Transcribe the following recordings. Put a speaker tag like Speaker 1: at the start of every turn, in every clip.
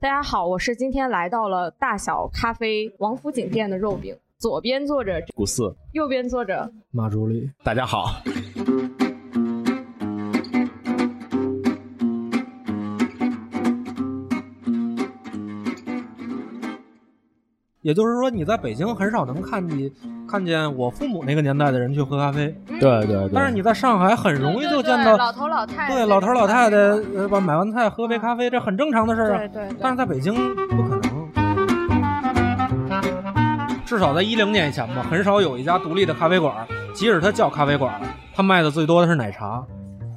Speaker 1: 大家好，我是今天来到了大小咖啡王府井店的肉饼，左边坐着，
Speaker 2: 古四，
Speaker 1: 右边坐着。
Speaker 3: 马助理，
Speaker 2: 大家好。
Speaker 3: 也就是说你在北京很少能看见看见我父母那个年代的人去喝咖啡，
Speaker 2: 对对对，
Speaker 3: 但是你在上海很容易就见
Speaker 1: 对对对
Speaker 3: 到
Speaker 1: 老头老太太，
Speaker 3: 对老头老太太，呃，把买完菜喝杯咖啡，这很正常的事儿啊。
Speaker 1: 对对
Speaker 3: 但是
Speaker 1: 对，
Speaker 3: 在北京不可能，至少在一零年以前吧，很少有一家独立的咖啡馆，即使它叫咖啡馆，它卖的最多的是奶茶。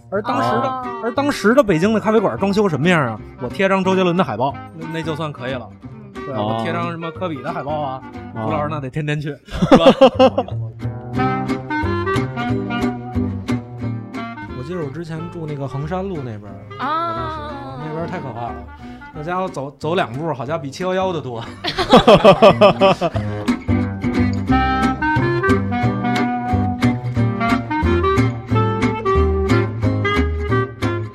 Speaker 3: 而当时的、
Speaker 1: 哦
Speaker 3: 而当时的北京的咖啡馆装修什么样啊？我贴张周杰伦的海报，那那就算可以了。
Speaker 1: 嗯
Speaker 3: 对，
Speaker 2: 哦
Speaker 3: 我贴张什么科比的海报啊，
Speaker 2: 啊
Speaker 3: 吴老师那得天天去，是吧？ 我记得我之前住那个衡山路那边儿，
Speaker 1: 啊，
Speaker 3: 那边儿太可怕了，那家伙走走两步，好家伙比七幺幺的多。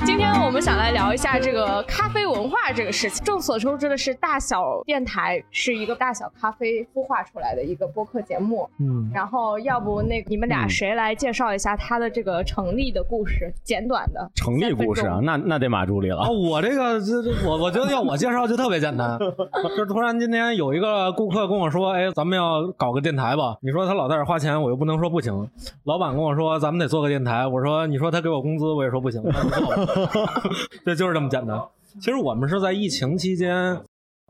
Speaker 1: 今天我们想来聊一下这个咖啡文化这个事情。众所周知的是，大小电台是一个大小咖啡孵化出来的一个播客节目。
Speaker 3: 嗯，
Speaker 1: 然后，要不那个你们俩
Speaker 2: 嗯
Speaker 1: 谁来介绍一下它的这个成立的故事，简短的
Speaker 2: 成立故事啊，那那得马助理
Speaker 3: 啊，
Speaker 2: 了。
Speaker 3: 我这个这这我我觉得要我介绍就特别简单，就是突然今天有一个顾客跟我说，哎，咱们要搞个电台吧？你说他老在这儿花钱，我又不能说不行。老板跟我说，咱们得做个电台，我说你说他给我工资，我也说不行，那就做吧。 对，就是这么简单。其实我们是在疫情期间，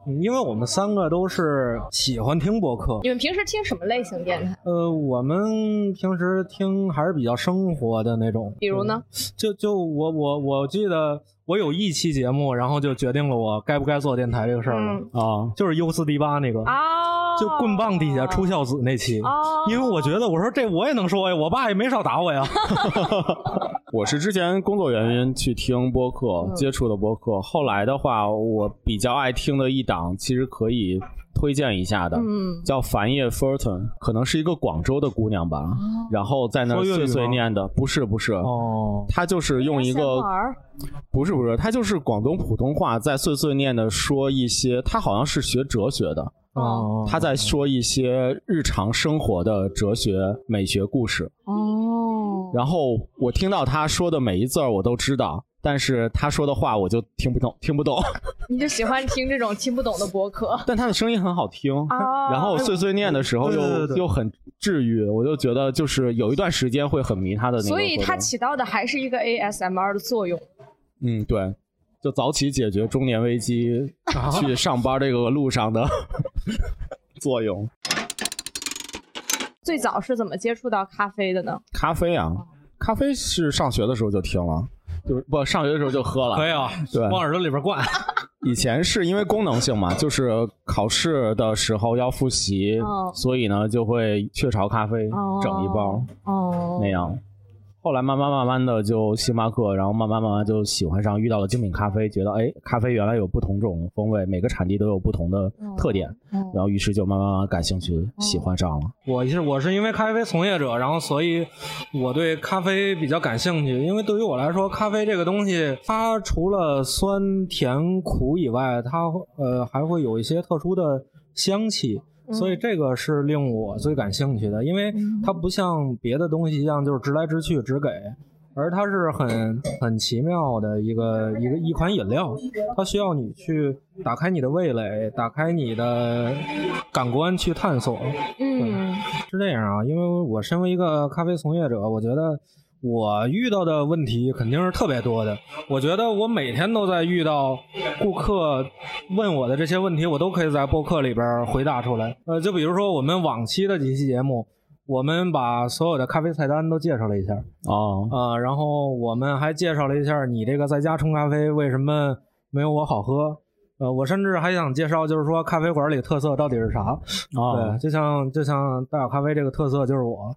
Speaker 3: 嗯因为我们三个都是喜欢听播客，
Speaker 1: 你们平时听什么类型电台？
Speaker 3: 呃，我们平时听还是比较生活的那种，
Speaker 1: 比如呢？
Speaker 3: 就就我我我记得我有一期节目，然后就决定了我该不该做电台这个事儿了，
Speaker 1: 嗯
Speaker 2: 啊，
Speaker 3: 就是优四 D 八那个，
Speaker 1: 啊，
Speaker 3: 就棍棒底下出孝子那期。
Speaker 1: 哦，
Speaker 3: 因为我觉得，我说这我也能说呀，哎我爸也没少打我呀。
Speaker 2: 我是之前工作原因去听播客
Speaker 1: 嗯，
Speaker 2: 接触的播客。后来的话，我比较爱听的一档，其实可以推荐一下的，
Speaker 1: 嗯
Speaker 2: 叫樊叶 Furton，可能是一个广州的姑娘吧，然后在那儿
Speaker 3: 说粤
Speaker 2: 碎
Speaker 3: 语
Speaker 2: 碎
Speaker 3: 吗
Speaker 2: 念的，不是不是。
Speaker 3: 哦，
Speaker 2: 她就是用一个
Speaker 1: ASMR
Speaker 2: 不是不是，她就是广东普通话在碎碎念的说一些，她好像是学哲学的，
Speaker 1: 哦
Speaker 2: 他在说一些日常生活的哲学、美学故事。
Speaker 1: 哦，
Speaker 2: 然后我听到他说的每一字儿我都知道，但是他说的话我就听不懂，听不懂。
Speaker 1: 你就喜欢听这种听不懂的博客。
Speaker 2: 但他的声音很好听，
Speaker 1: 啊
Speaker 2: 然后碎碎念的时候
Speaker 3: 对
Speaker 2: 又
Speaker 3: 对对对
Speaker 2: 又很治愈，我就觉得就是有一段时间会很迷他的那个活
Speaker 1: 所
Speaker 2: 动。
Speaker 1: 以它起到的还是一个 ASMR 的作用。
Speaker 2: 嗯对。就早起解决中年危机，
Speaker 3: 啊
Speaker 2: 去 上班这个路上的 作用。
Speaker 1: 最早是怎么接触到咖啡的呢？
Speaker 2: 咖啡啊，咖啡是上学的时候就听了，就是不上学的时候就喝了。
Speaker 3: 可以啊，
Speaker 2: 对
Speaker 3: 往耳朵里边灌。
Speaker 2: 以前是因为功能性嘛，就是考试的时候要复习，
Speaker 1: 哦
Speaker 2: 所以呢就会雀巢咖啡
Speaker 1: 哦
Speaker 2: 整一包、
Speaker 1: 哦
Speaker 2: 那样。后来慢慢慢慢的就星巴克，然后慢慢慢慢就喜欢上，遇到了精品咖啡，觉得哎，咖啡原来有不同种风味，每个产地都有不同的特点，
Speaker 4: 哦
Speaker 1: 嗯
Speaker 2: 然后于是就慢慢慢慢感兴趣，喜欢上了。
Speaker 3: 我是我是因为咖啡从业者，然后所以我对咖啡比较感兴趣。因为对于我来说，咖啡这个东西，它除了酸甜苦以外，它呃还会有一些特殊的香气，
Speaker 1: 嗯
Speaker 3: 所以这个是令我最感兴趣的，因为它不像别的东西一样就是直来直去直给。而它是很很奇妙的一个一个一款饮料，它需要你去打开你的味蕾，打开你的感官去探索。
Speaker 1: 嗯
Speaker 3: 是这样啊，因为我身为一个咖啡从业者，我觉得我遇到的问题肯定是特别多的。我觉得我每天都在遇到顾客问我的这些问题，我都可以在播客里边儿回答出来。呃，就比如说我们往期的几期节目，我们把所有的咖啡菜单都介绍了一下，
Speaker 2: 哦，
Speaker 3: 啊，然后我们还介绍了一下你这个在家冲咖啡为什么没有我好喝。呃，我甚至还想介绍，就是说咖啡馆里特色到底是啥？对，
Speaker 2: 哦，
Speaker 3: 就像就像大小咖啡这个特色就是我，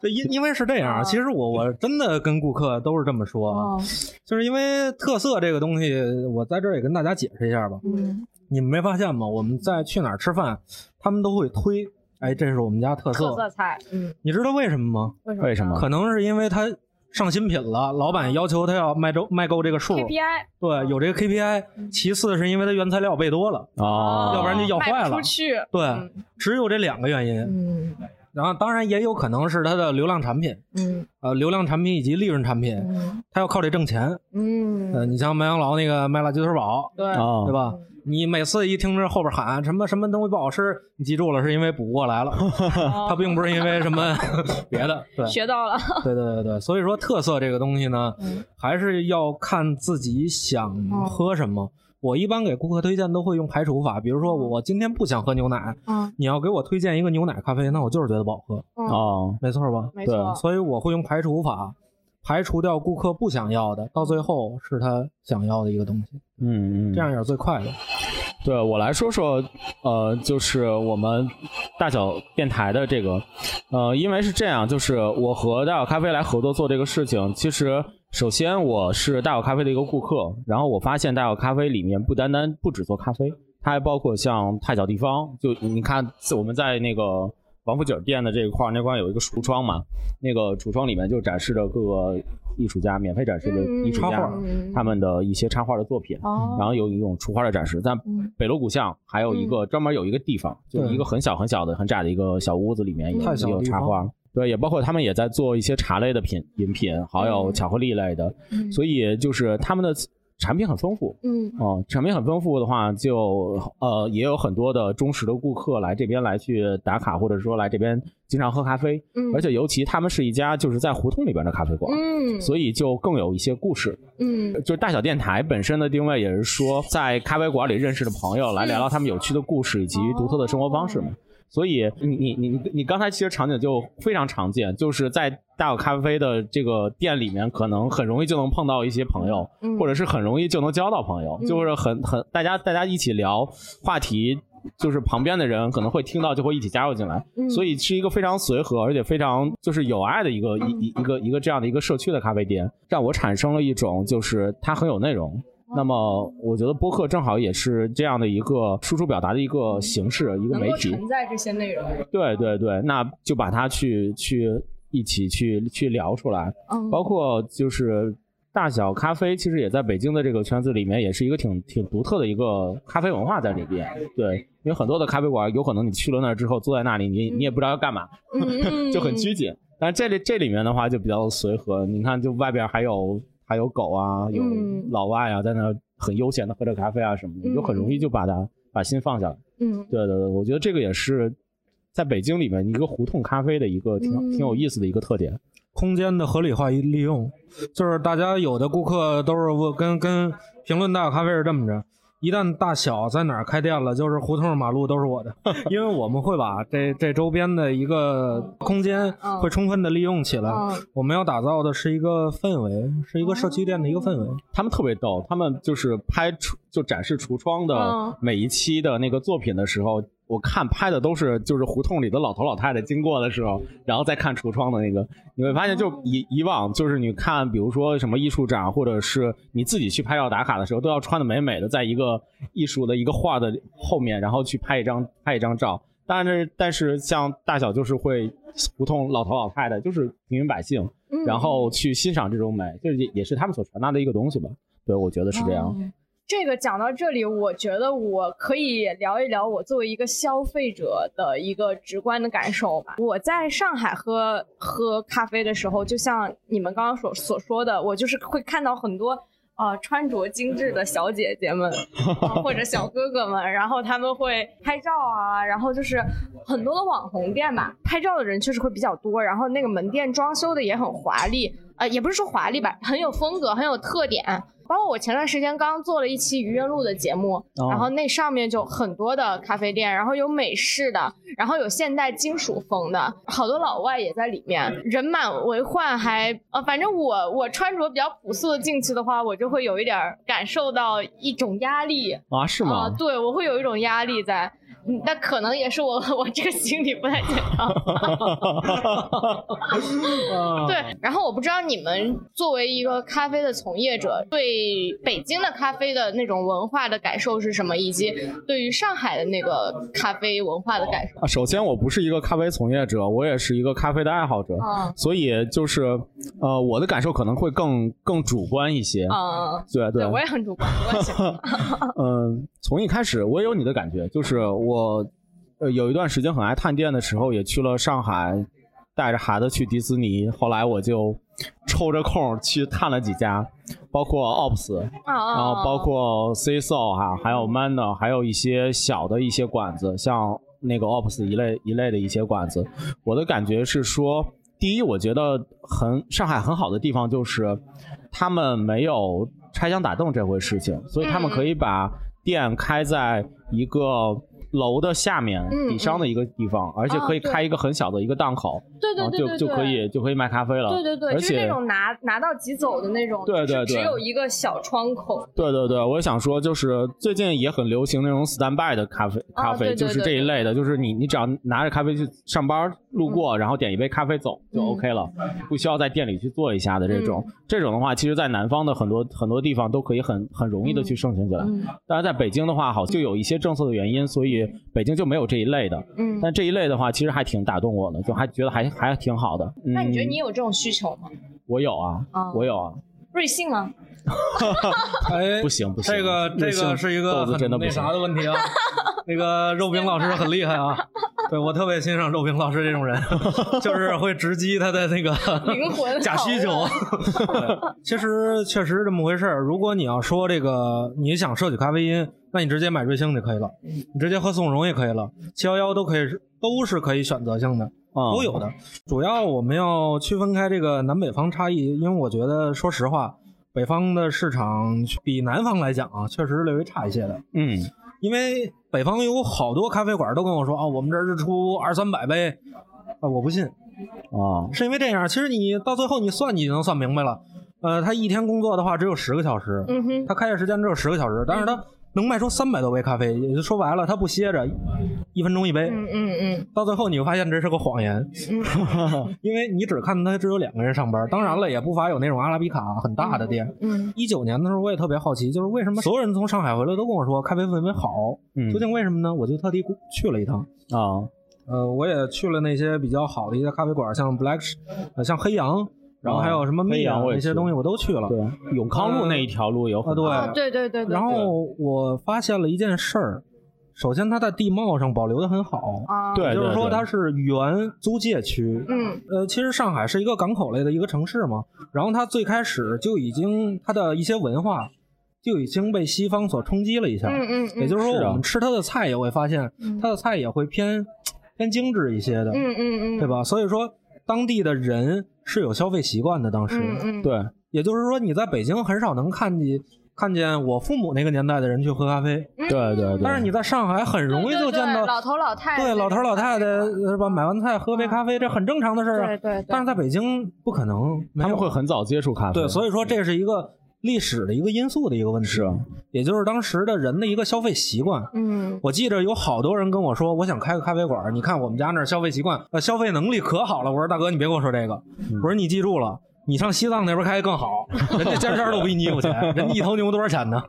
Speaker 3: 对因因为是这样
Speaker 1: 啊
Speaker 3: 啊，其实我我真的跟顾客都是这么说啊，
Speaker 4: 嗯
Speaker 1: 哦
Speaker 3: 就是因为特色这个东西，我在这儿也跟大家解释一下吧。
Speaker 1: 嗯，
Speaker 3: 你们没发现吗？我们在去哪儿吃饭，他们都会推，哎，这是我们家特色。
Speaker 1: 特色菜，嗯，
Speaker 3: 你知道为什么吗？
Speaker 1: 为什么？
Speaker 2: 为什么
Speaker 3: 可能是因为它上新品了，老板要求他要卖周卖够这个数，
Speaker 4: KPI
Speaker 3: 对，有这个 KPI。其次是因为它原材料备多了，
Speaker 2: 哦，
Speaker 3: 要不然就要坏
Speaker 4: 卖不
Speaker 3: 了
Speaker 4: 出去。
Speaker 3: 对
Speaker 4: 嗯，
Speaker 3: 只有这两个原因。
Speaker 4: 嗯
Speaker 3: 然后当然也有可能是它的流量产品，
Speaker 4: 嗯
Speaker 3: 呃，流量产品以及利润产品，
Speaker 4: 嗯
Speaker 3: 它要靠这挣钱。呃，
Speaker 4: 嗯，
Speaker 3: 你像麦当劳那个麦辣鸡腿堡，
Speaker 4: 对，
Speaker 2: 哦，
Speaker 3: 对？吧？你每次一听着后边喊什么什么东西不好吃，你记住了，是因为补不过 来了，它
Speaker 1: 哦
Speaker 4: 他
Speaker 3: 并不是因为什么 别的。对，
Speaker 4: 学到了。
Speaker 3: 对对对对，所以说特色这个东西呢，
Speaker 4: 嗯哦
Speaker 3: 还是要看自己想喝什么。我一般给顾客推荐都会用排除法，比如
Speaker 4: 哦
Speaker 3: 说我今天不想喝牛奶，
Speaker 4: 嗯
Speaker 3: 你要给我推荐一个牛奶咖啡，那我就是觉得不好喝，
Speaker 4: 嗯，
Speaker 2: 哦，
Speaker 3: 没错吧？
Speaker 4: 没
Speaker 2: 对
Speaker 4: 错。
Speaker 3: 所以我会用排除法，排除掉顾客不想要的，到最后是他想要的一个东西，
Speaker 2: 嗯嗯，
Speaker 3: 这样也是最快的。
Speaker 2: 对我来说说，呃，就是我们大小电台的这个，呃，因为是这样，就是我和大小咖啡来合作做这个事情。其实，首先我是大小咖啡的一个顾客，然后我发现大小咖啡里面不单单不只做咖啡，它还包括像太小地方，就你看我们在那个王府井店的这一块儿，那块儿有一个橱窗嘛，那个橱窗里面就展示着各个艺术家免费
Speaker 4: 嗯
Speaker 2: 展示的艺术
Speaker 3: 嗯插画
Speaker 2: 家、他们的一些插画的作品。
Speaker 4: 哦，
Speaker 2: 然后有一种雏花的展示，在
Speaker 4: 嗯
Speaker 2: 北锣鼓巷还有一个专门有一个地方，就是一个很小很小的、很窄的一个小屋子里
Speaker 4: 嗯
Speaker 2: 面也
Speaker 3: 太小
Speaker 2: 也
Speaker 3: 的
Speaker 2: 有
Speaker 3: 地
Speaker 2: 插
Speaker 3: 方
Speaker 2: 花。对，也包括他们也在做一些茶类的品饮品，还有
Speaker 4: 嗯
Speaker 2: 巧克力类的，
Speaker 4: 嗯
Speaker 2: 所以就是他们的产品很丰富
Speaker 4: 嗯
Speaker 2: 哦、产品很丰富的话就，呃也有很多的忠实的顾客来这边来去打卡，或者说来这边经常喝咖啡，
Speaker 4: 嗯，
Speaker 2: 而且尤其他们是一家就是在胡同里边的咖啡馆，
Speaker 4: 嗯
Speaker 2: 所以就更有一些故事。
Speaker 4: 嗯
Speaker 2: 就是大小电台本身的定位也是说，在咖啡馆里认识的朋友来聊
Speaker 4: 嗯
Speaker 2: 聊他们有趣的故事以及独特的生活方式嘛。
Speaker 4: 哦
Speaker 2: 所以你你你你你刚才其实场景就非常常见，就是在大小咖啡的这个店里面，可能很容易就能碰到一些朋友，
Speaker 4: 嗯
Speaker 2: 或者是很容易就能交到朋友，
Speaker 4: 嗯
Speaker 2: 就是很很大家大家一起聊话题。就是旁边的人可能会听到，就会一起加入进来，
Speaker 4: 嗯
Speaker 2: 所以是一个非常随和，而且非常就是有爱的一个一
Speaker 4: 嗯
Speaker 2: 一一个一个这样的一个社区的咖啡店，让我产生了一种就是它很有内容。
Speaker 4: 哦
Speaker 2: 那么我觉得播客正好也是这样的一个输出表达的一个形式，一个
Speaker 4: 能
Speaker 2: 媒
Speaker 4: 够
Speaker 2: 体。
Speaker 4: 承载这些内容。
Speaker 2: 对对对，那就把它去去一起去去聊出来，
Speaker 4: 嗯
Speaker 2: 包括就是大小咖啡，其实也在北京的这个圈子里面，也是一个挺挺独特的一个咖啡文化在里边。对，因为很多的咖啡馆，有可能你去了那儿之后，坐在那里，你你也不知道要干嘛，
Speaker 4: 嗯
Speaker 2: 就很拘谨。但是这里这里面的话就比较随和，你看，就外边还有还有狗啊，有
Speaker 4: 嗯
Speaker 2: 老外啊，在那儿很悠闲的喝着咖啡啊什么的，
Speaker 4: 嗯
Speaker 2: 你就很容易就把它把心放下来。
Speaker 4: 嗯
Speaker 2: 对对对，我觉得这个也是在北京里面一个胡同咖啡的一个挺、
Speaker 4: 嗯
Speaker 2: 挺有意思的一个特点。
Speaker 3: 空间的合理化利用，就是大家有的顾客都是问跟跟评论大咖啡是这么着。一旦大小在哪儿开店了，就是胡同马路都是我的， 因为我们会把这这周边的一个空间
Speaker 4: 嗯
Speaker 3: 会充分的利用起来。
Speaker 4: 嗯
Speaker 3: 我们要打造的是一个氛围，是一个社区店的一个氛
Speaker 4: 嗯
Speaker 3: 围。
Speaker 2: 他们特别逗，他们就是拍橱就展示橱窗
Speaker 4: 嗯
Speaker 2: 的每一期的那个作品的时候，我看拍的都是就是胡同里的老头老太太经过的时候，然后再看橱窗的那个，你会发现就以以往就是你看，比如说什么艺术展或者是你自己去拍照打卡的时候，都要穿的美美的，在一个艺术的一个画的后面，然后去拍一张拍一张照。但是但是像大小就是会胡同老头老太太就是平民百姓，
Speaker 4: 嗯
Speaker 2: 然后去欣赏这种美，就是也也是他们所传达的一个东西吧。对，我觉得是这样。
Speaker 4: 哦这个讲到这里，我觉得我可以聊一聊我作为一个消费者的一个直观的感受吧。我在上海喝喝咖啡的时候，就像你们刚刚所所说的，我就是会看到很多呃穿着精致的小姐姐们、呃或者小哥哥们，然后他们会拍照啊，然后就是很多的网红店吧，拍照的人确实会比较多，然后那个门店装修的也很华丽，呃，也不是说华丽吧，很有风格，很有特点。包括我前段时间刚做了一期愚人录的节目，
Speaker 2: 哦
Speaker 4: 然后那上面就很多的咖啡店，然后有美式的，然后有现代金属风的，好多老外也在里面，人满为患还，呃，反正我我穿着比较朴素的进去的话，我就会有一点儿感受到一种压力，
Speaker 2: 啊，是
Speaker 4: 啊、
Speaker 2: 吗？
Speaker 4: 对，我会有一种压力在，嗯那可能也是我我这个心理不太健康。
Speaker 2: 啊嗯
Speaker 4: 对，然后我不知道你们作为一个咖啡的从业者，对
Speaker 1: 对北京的咖啡的那种文化的感受是什么，以及对于上海的那个咖啡文化的感受。
Speaker 2: 啊，首先我不是一个咖啡从业者，我也是一个咖啡的爱好
Speaker 4: 哦
Speaker 2: 者，
Speaker 1: 嗯
Speaker 2: 所以就是呃，我的感受可能会更更主观一
Speaker 4: 哦
Speaker 2: 些。
Speaker 1: 嗯，
Speaker 2: 对
Speaker 1: 对
Speaker 2: 对，
Speaker 1: 我也很主观，没关系。
Speaker 2: 嗯，从一开始我也有你的感觉，就是我呃有一段时间很爱探店的时候，也去了上海，带着孩子去迪士尼。后来我就抽着空儿去探了几家，包括 Ops，
Speaker 1: 啊 啊，
Speaker 2: 然后包括 C s o 哈，还
Speaker 1: 嗯
Speaker 2: 有 Mano，还有一些小的一些馆子，像那个 Ops 一类一类的一些馆子。我的感觉是说，第一，我觉得很上海很好的地方就是，他们没有拆墙打洞这回事情，所以他们
Speaker 1: 嗯
Speaker 2: 可以把店开在一个。楼的下面
Speaker 1: 嗯
Speaker 2: 底商的一个地方，而且
Speaker 1: 啊
Speaker 2: 可以
Speaker 1: 对
Speaker 2: 开一个很小的一个档口，
Speaker 1: 对对
Speaker 2: 然后
Speaker 1: 嗯对
Speaker 2: 就
Speaker 1: 对对，
Speaker 2: 就可以就可以卖咖啡了。
Speaker 1: 对对对，
Speaker 2: 而
Speaker 1: 就是那
Speaker 2: 且
Speaker 1: 种拿拿到即走的那种，
Speaker 2: 对对
Speaker 1: 就是只
Speaker 2: 对
Speaker 1: 有一个小窗口。
Speaker 2: 对对对，我想说，就是最近也很流行那种 standby 的咖啡，
Speaker 1: 啊
Speaker 2: 咖啡、
Speaker 1: 对对
Speaker 2: 就是这一类的，就是你你只要拿着咖啡去上班路过，然后点一杯咖啡走就
Speaker 1: 嗯
Speaker 2: OK 了，不需要在店里去做一下的这种。这种的话，其实，在南方的很多很多地方都可以很很容易的去盛行起来。
Speaker 1: 嗯
Speaker 2: 当然，在北京的话，好就有一些政策的原因，所以北京就没有这一类的。
Speaker 1: 嗯，
Speaker 2: 但这一类的话，其实还挺打动我的，就还觉得还还挺好的。嗯、
Speaker 1: 那你觉得你有这种需求吗？
Speaker 2: 我有啊，
Speaker 1: 啊
Speaker 2: 我有啊，
Speaker 1: 瑞幸 吗？
Speaker 3: 哎，
Speaker 2: 不行不行，
Speaker 3: 这个
Speaker 2: 那
Speaker 3: 这个
Speaker 2: 性
Speaker 3: 是一
Speaker 2: 豆
Speaker 3: 个
Speaker 2: 子
Speaker 3: 很
Speaker 2: 真的不
Speaker 3: 那
Speaker 2: 行
Speaker 3: 啥的问题啊。那个肉饼老师很厉害啊，对我特别欣赏肉饼老师这种人， 就是会直击他的那个
Speaker 1: 灵魂
Speaker 3: 假需求。对 其实确实这么回事儿。如果你要说这个你想摄取咖啡因，那你直接买瑞幸就可以了，你直接喝速溶也可以了，七幺幺都可以是，都是可以选择性的。
Speaker 2: 嗯
Speaker 3: 都有的。主要我们要区分开这个南北方差异，因为我觉得说实话，北方的市场比南方来讲啊，确实略微差一些的。
Speaker 2: 嗯。
Speaker 3: 因为北方有好多咖啡馆都跟我说啊，我们这儿日出二三百杯，啊，我不信，
Speaker 2: 啊，
Speaker 3: 是因为这样。其实你到最后你算，你就能算明白了。呃，他一天工作的话只有十个小时，
Speaker 1: 嗯哼，
Speaker 3: 他开业时间只有十个小时，但是他能卖出三百多杯咖啡，也就说白了，他不歇着，一分钟一杯。
Speaker 1: 嗯嗯嗯
Speaker 3: 到最后你会发现这是个 谎言，因为你只看他只有两个人上班。当然了，也不乏有那种阿拉比卡很大的店。
Speaker 1: 嗯
Speaker 3: 一九年的时候，我也特别好奇，就是为什么所有人从上海回来都跟我说咖啡氛围好，
Speaker 2: 嗯
Speaker 3: 究竟为什么呢？我就特地去了一趟。
Speaker 2: 啊，
Speaker 3: 呃，我也去了那些比较好的一些咖啡馆，像 Black，呃，像黑羊，然后还有什么
Speaker 2: 黑
Speaker 3: 蜜
Speaker 2: 羊
Speaker 3: 啊
Speaker 2: 我也
Speaker 3: 那些
Speaker 2: 去
Speaker 3: 东西，我都去了。
Speaker 2: 对，永康路那一条路有很多
Speaker 3: 啊
Speaker 1: 哦，对对对对，
Speaker 3: 然后我发现了一件事儿，首先它在地貌上保留的很好，
Speaker 1: 啊，
Speaker 2: 对
Speaker 3: 也就是
Speaker 2: 对
Speaker 3: 说它是原租界区，
Speaker 1: 嗯
Speaker 3: 呃，其实上海是一个港口类的一个城市嘛，然后它最开始就已经它的一些文化就已经被西方所冲击了一下，
Speaker 1: 嗯嗯嗯，
Speaker 3: 也就是说
Speaker 2: 是啊
Speaker 3: 我们吃它的菜也会发现，
Speaker 1: 嗯
Speaker 3: 它的菜也会偏偏精致一些的，
Speaker 1: 嗯嗯嗯，
Speaker 3: 对？吧？所以说当地的人是有消费习惯的，当时，
Speaker 1: 嗯嗯，
Speaker 2: 对，
Speaker 3: 也就是说你在北京很少能看见看见我父母那个年代的人去喝咖啡，
Speaker 1: 嗯
Speaker 2: 对对对
Speaker 3: 但是你在上海很容易就
Speaker 1: 对对
Speaker 3: 见
Speaker 1: 对
Speaker 3: 到。
Speaker 1: 老头老太太，
Speaker 3: 对老头老太太是吧？买完菜喝杯咖啡，这很正常的事儿啊
Speaker 1: 嗯对。对对，
Speaker 3: 但是在北京不可能，
Speaker 2: 他
Speaker 3: 没
Speaker 2: 们
Speaker 3: 有
Speaker 2: 会很早接触咖啡，
Speaker 3: 对，所以说这是一个历史的一个因素的一个问题，
Speaker 2: 是
Speaker 3: 也就是当时的人的一个消费习惯。
Speaker 1: 嗯
Speaker 3: 我记着有好多人跟我说，我想开个咖啡馆，你看我们家那儿消费习惯，呃，消费能力可好了。我说大哥，你别跟我说这个，我说你记住了。你上西藏那边开更 好，人家尖山都比你有钱，人家一头牛多少钱 呢？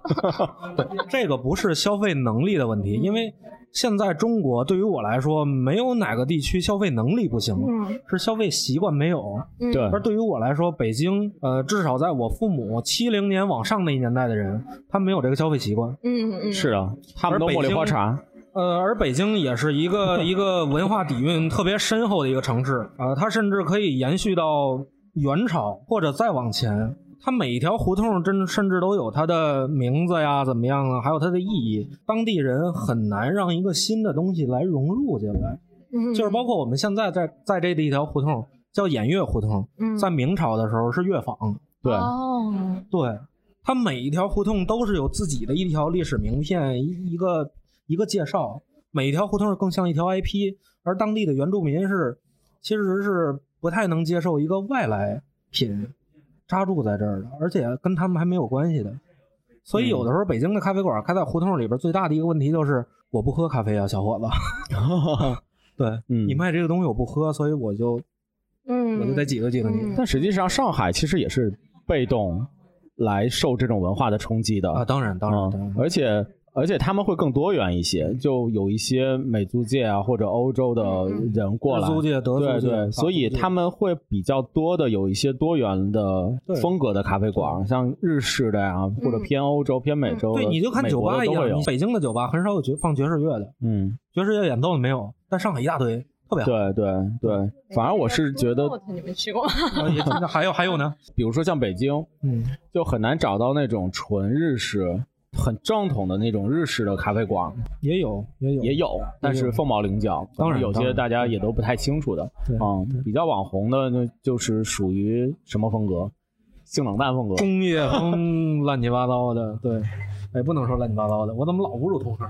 Speaker 3: 对，这个不是消费能力的问题，因为现在中国对于我来说，没有哪个地区消费能力不行，
Speaker 1: 嗯
Speaker 3: 是消费习惯没有。
Speaker 1: 嗯，
Speaker 2: 对
Speaker 3: 而对于我来说，北京，呃，至少在我父母七零年往上那一年代的人，他没有这个消费习惯。
Speaker 1: 嗯嗯
Speaker 2: 是啊，他们
Speaker 3: 而
Speaker 2: 都
Speaker 3: 北
Speaker 2: 茉莉
Speaker 3: 京
Speaker 2: 花茶，
Speaker 3: 呃，而北京也是一个一个文化底蕴特别深厚的一个城市，呃，它甚至可以延续到元朝或者再往前。它每一条胡同真甚至都有它的名字呀，怎么样啊？还有它的意义，当地人很难让一个新的东西来融入进来。
Speaker 1: 嗯
Speaker 3: 就是包括我们现在在在这一条胡同叫偃月胡同，
Speaker 1: 嗯
Speaker 3: 在明朝的时候是乐坊，
Speaker 2: 对，
Speaker 1: 哦，
Speaker 3: 对，它每一条胡同都是有自己的一条历史名片，一一个一个介绍。每一条胡同更像一条 IP，而当地的原住民是其实是不太能接受一个外来品扎住在这儿的，而且跟他们还没有关系的。所以有的时候北京的咖啡馆开在胡同里边，最大的一个问题就是我不喝咖啡啊，小伙 子。对、
Speaker 2: 嗯
Speaker 3: 你卖这个东西我不喝，所以我就
Speaker 1: 嗯，
Speaker 3: 我就得挤兑挤兑你。
Speaker 1: 嗯
Speaker 2: 但实际上上海其实也是被动来受这种文化的冲击的
Speaker 3: 啊，当然当然当
Speaker 2: 嗯
Speaker 3: 然，
Speaker 2: 而且而且他们会更多元一些，就有一些美租界啊或者欧洲的
Speaker 4: 嗯嗯
Speaker 2: 人过来，
Speaker 3: 日租界、德
Speaker 2: 对
Speaker 3: 租界，
Speaker 2: 对，
Speaker 3: 法
Speaker 2: 所以
Speaker 3: 租界
Speaker 2: 他们会比较多的有一些多元的
Speaker 3: 对
Speaker 2: 风格的咖啡馆，像日式的呀、或者
Speaker 4: 嗯
Speaker 2: 偏欧洲、偏美洲的，
Speaker 3: 对你就看
Speaker 2: 美
Speaker 3: 酒
Speaker 2: 国的
Speaker 3: 吧一
Speaker 2: 都会
Speaker 3: 样，
Speaker 2: 有
Speaker 3: 你，北京的酒吧很少有爵放爵士乐的，
Speaker 2: 嗯，
Speaker 3: 爵士乐演奏的没有，但上海一大堆，特别好。
Speaker 2: 对对对，
Speaker 3: 嗯
Speaker 1: 哎
Speaker 2: 反而我是觉得，
Speaker 4: 你们去过吗？
Speaker 3: 然后呃也那还有还有呢，
Speaker 2: 比如说像北京，
Speaker 3: 嗯，
Speaker 2: 就很难找到那种纯日式。很正统的那种日式的咖啡馆
Speaker 3: 也有也有
Speaker 2: 也有，但是凤毛麟角，
Speaker 3: 当然
Speaker 2: 有
Speaker 3: 当
Speaker 2: 些
Speaker 3: 然
Speaker 2: 大家也都不太清楚的。
Speaker 3: 对
Speaker 2: 嗯，比较网红的那就是属于什么风格？性冷淡风格。
Speaker 3: 工业风乱七八糟的，对，哎，不能说乱七八糟的，我怎么老侮辱同行？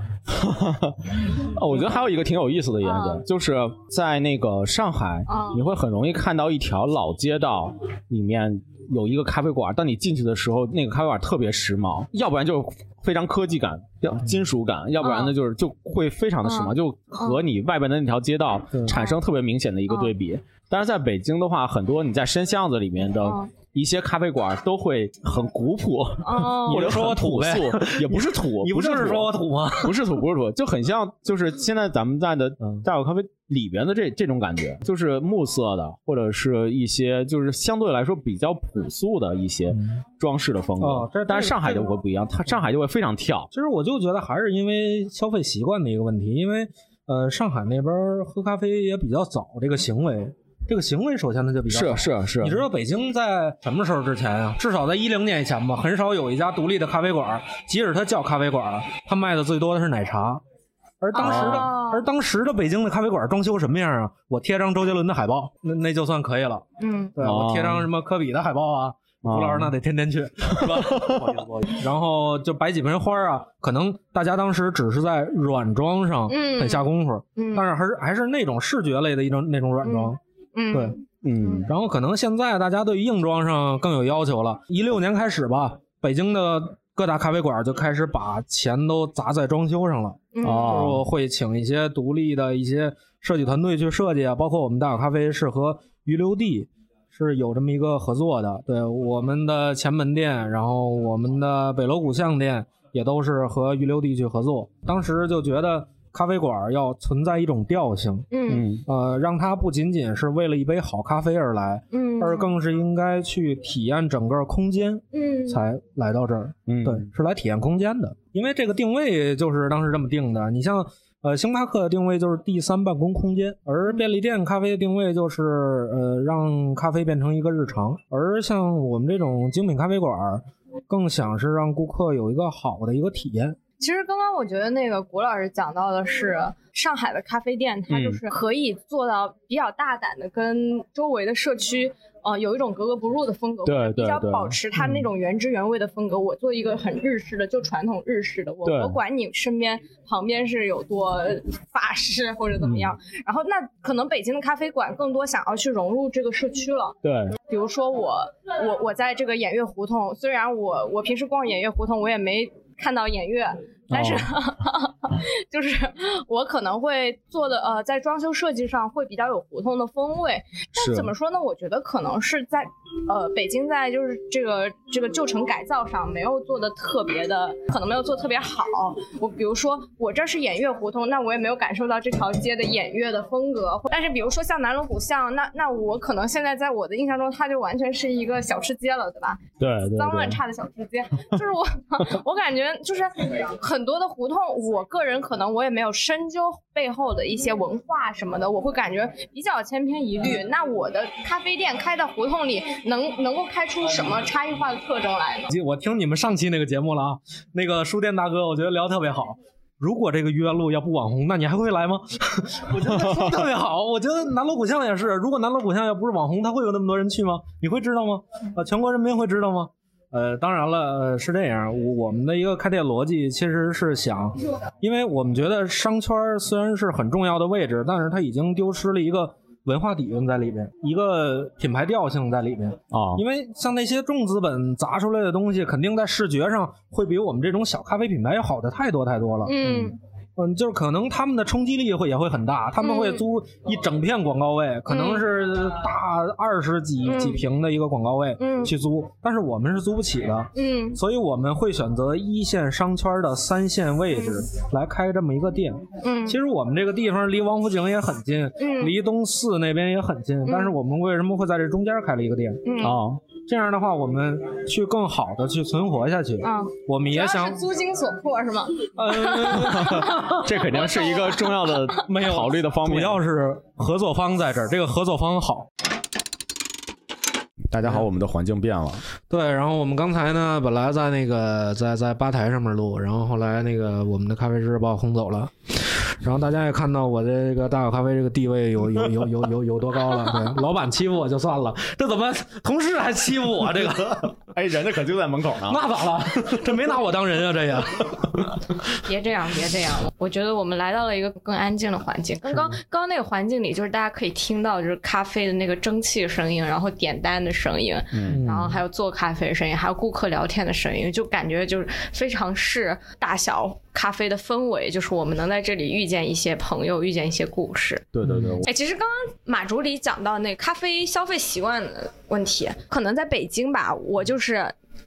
Speaker 2: 哦，我觉得还有一个挺有意思的现象，
Speaker 4: 嗯
Speaker 2: 就是在那个上海，
Speaker 4: 嗯
Speaker 1: 哦
Speaker 2: 你会很容易看到一条老街道里面有一个咖啡馆，当你进去的时候，那个咖啡馆特别时髦，要不然就是非常科技感、要
Speaker 3: 嗯
Speaker 2: 金属感，要不然呢
Speaker 4: 嗯
Speaker 2: 就是就会非常的时
Speaker 4: 嗯
Speaker 2: 髦，
Speaker 4: 嗯
Speaker 2: 就和你外边的那条街道
Speaker 3: 对
Speaker 2: 产生特别明显的一个对比。但是在北京的话，很多你在深巷子里面的
Speaker 1: 哦
Speaker 4: 嗯
Speaker 2: 一些咖啡馆都会很古朴，
Speaker 4: 哦
Speaker 2: 或者
Speaker 3: 就说
Speaker 2: 很
Speaker 3: 我土呗
Speaker 2: 素，也不是土，
Speaker 3: 你
Speaker 2: 不
Speaker 3: 不就是
Speaker 2: 土
Speaker 3: 说我土吗？
Speaker 2: 不是土，不是土，就很像，就是现在咱们在的
Speaker 3: 嗯
Speaker 2: 大口咖啡里边的这这种感觉，就是木色的，或者是一些就是相对来说比较朴素的一些
Speaker 3: 嗯
Speaker 2: 装饰的风格。
Speaker 3: 哦这
Speaker 2: 但是
Speaker 3: 这
Speaker 2: 上海
Speaker 3: 这
Speaker 2: 就
Speaker 3: 个
Speaker 2: 会不一样，它上海就会非常跳。
Speaker 3: 其实我就觉得还是因为消费习惯的一个问题，因为呃，上海那边儿喝咖啡也比较早，这个行为，这个行为首先它就比较早
Speaker 2: 是是是，啊
Speaker 3: 你知道北京在什么时候之前啊？至少在一零年以前吧，很少有一家独立的咖啡馆，即使它叫咖啡馆，它卖的最多的是奶茶。而当时的，
Speaker 4: 哦
Speaker 3: 而当时的北京的咖啡馆装修什么样啊？我贴张周杰伦的海报，那那就算可以了。
Speaker 4: 嗯
Speaker 3: 对、
Speaker 2: 哦
Speaker 3: 我贴张什么科比的海报啊，
Speaker 2: 哦
Speaker 3: 胡老师那得天天去，是吧？ 不好意思不好意思然后就摆几盆花啊，可能大家当时只是在软装上
Speaker 4: 嗯
Speaker 3: 很下功夫，
Speaker 4: 嗯
Speaker 3: 但是还是还是那种视觉类的一种那种软装。
Speaker 4: 嗯
Speaker 3: 对
Speaker 2: 嗯
Speaker 3: 然后可能现在大家对于硬装上更有要求了。一六年开始吧，北京的各大咖啡馆就开始把钱都砸在装修上了，啊
Speaker 4: 嗯
Speaker 2: 哦
Speaker 3: 就会请一些独立的一些设计团队去设计啊，包括我们大有咖啡是和鱼流地。是有这么一个合作的，对我们的前门店，然后我们的北锣鼓巷店也都是和鱼流地去合作。当时就觉得咖啡馆要存在一种调性，
Speaker 4: 嗯
Speaker 2: 嗯
Speaker 3: 呃，让它不仅仅是为了一杯好咖啡而来，
Speaker 4: 嗯，
Speaker 3: 而更是应该去体验整个空间
Speaker 4: 嗯
Speaker 3: 才来到这儿。
Speaker 2: 嗯，
Speaker 3: 对，是来体验空间的，因为这个定位就是当时这么定的。你像呃，星巴克的定位就是第三办公空间，而便利店咖啡的定位就是呃，让咖啡变成一个日常。而像我们这种精品咖啡馆儿，更想是让顾客有一个好的一个体验。
Speaker 4: 其实刚刚我觉得那个谷老师讲到的是
Speaker 2: 嗯
Speaker 4: 上海的咖啡店，它就是可以做到比较大胆的跟周围的社区，呃，有一种格格不入的风格，
Speaker 2: 对
Speaker 4: 或者
Speaker 2: 对
Speaker 4: 比较
Speaker 2: 对嗯
Speaker 4: 保持它那种原汁原味的风格。我做一个很日式的，就传统日式的，我
Speaker 2: 对
Speaker 4: 我管你身边旁边是有多法式或者怎么样。
Speaker 2: 嗯
Speaker 4: 然后那可能北京的咖啡馆更多想要去融入这个社区了，
Speaker 2: 对，
Speaker 4: 比如说我我我在这个演乐胡同，虽然我我平时逛演乐胡同，我也没看到演乐，但是、 就是我可能会做的呃，在装修设计上会比较有胡同的风味。
Speaker 2: 是
Speaker 4: 但怎么说呢？我觉得可能是在呃北京在就是这个这个旧城改造上没有做的特别的，可能没有做特别好。我比如说我这是演乐胡同，那我也没有感受到这条街的演乐的风格。但是比如说像南锣鼓巷，那那我可能现在在我的印象中，它就完全是一个小吃街了，对吧？
Speaker 2: 对对对，
Speaker 4: 脏乱差的小吃街，就是我，我感觉就是很多的胡同，我个人可能我也没有深究背后的一些文化什么的，我会感觉比较千篇一律。那我的咖啡店开在胡同里，能能够开出什么差异化的特征来呢？
Speaker 3: 我听你们上期那个节目了啊，那个书店大哥，我觉得聊得特别好。如果这个约路要不网红，那你还会来吗？ 我觉得说得特别好。我觉得南锣鼓巷也是，如果南锣鼓巷要不是网红，他会有那么多人去吗？你会知道吗？呃，全国人民会知道吗？呃，当然了，呃，是这样。我我们的一个开店逻辑其实是想，因为我们觉得商圈虽然是很重要的位置，但是它已经丢失了一个文化底蕴在里边，一个品牌调性在里边。
Speaker 2: 啊，
Speaker 3: 因为像那些重资本砸出来的东西，肯定在视觉上会比我们这种小咖啡品牌要好的太多太多了。
Speaker 4: 嗯，
Speaker 3: 嗯，就是可能他们的冲击力会也会很大，他们
Speaker 1: 嗯
Speaker 3: 会租一整片广告位，可能是大二十几、
Speaker 1: 嗯
Speaker 3: 几平的一个广告位
Speaker 1: 嗯
Speaker 3: 去租，但是我们是租不起的，
Speaker 1: 嗯
Speaker 3: 所以我们会选择一线商圈的三线位置来开这么一个店。
Speaker 1: 嗯，
Speaker 3: 其实我们这个地方离王府井也很近，
Speaker 1: 嗯
Speaker 3: 离东四那边也很近，但是我们为什么会在这中间开了一个店？
Speaker 1: 嗯
Speaker 2: 哦，
Speaker 3: 这样的话，我们去更好的去存活下去。
Speaker 4: 嗯
Speaker 1: 啊，
Speaker 3: 我们也
Speaker 1: 主要
Speaker 3: 想
Speaker 1: 是，租金所迫是吗？
Speaker 3: 呃，
Speaker 2: 这肯定是一个重要的
Speaker 3: 没有
Speaker 2: 考虑的方面。
Speaker 3: 主要是合作方在这儿，这个合作方好。
Speaker 2: 大家好，我们的环境变了，
Speaker 3: 对，然后我们刚才呢，本来在那个在在吧台上面录，然后后来那个我们的咖啡师把我轰走了，然后大家也看到我的这个大小咖啡这个地位 有有有有有有多高了，对，老板欺负我就算了，这怎么同事还欺负我啊这个？
Speaker 2: 哎，人家可就在门口呢。
Speaker 3: 那咋了？ 这没拿我当人啊，这也。
Speaker 4: 别这样，别这样！我觉得我们来到了一个更安静的环境，跟刚刚刚那个环境里，就是大家可以听到就是咖啡的那个蒸汽声音，然后点单的声音，
Speaker 2: 嗯
Speaker 4: 然后还有做咖啡的声音，还有顾客聊天的声音，就感觉就是非常是大小咖啡的氛围，就是我们能在这里遇见一些朋友，遇见一些故事。
Speaker 2: 对对对，我
Speaker 4: 哎，其实刚刚马竹里讲到那咖啡消费习惯的问题，可能在北京吧，我就是。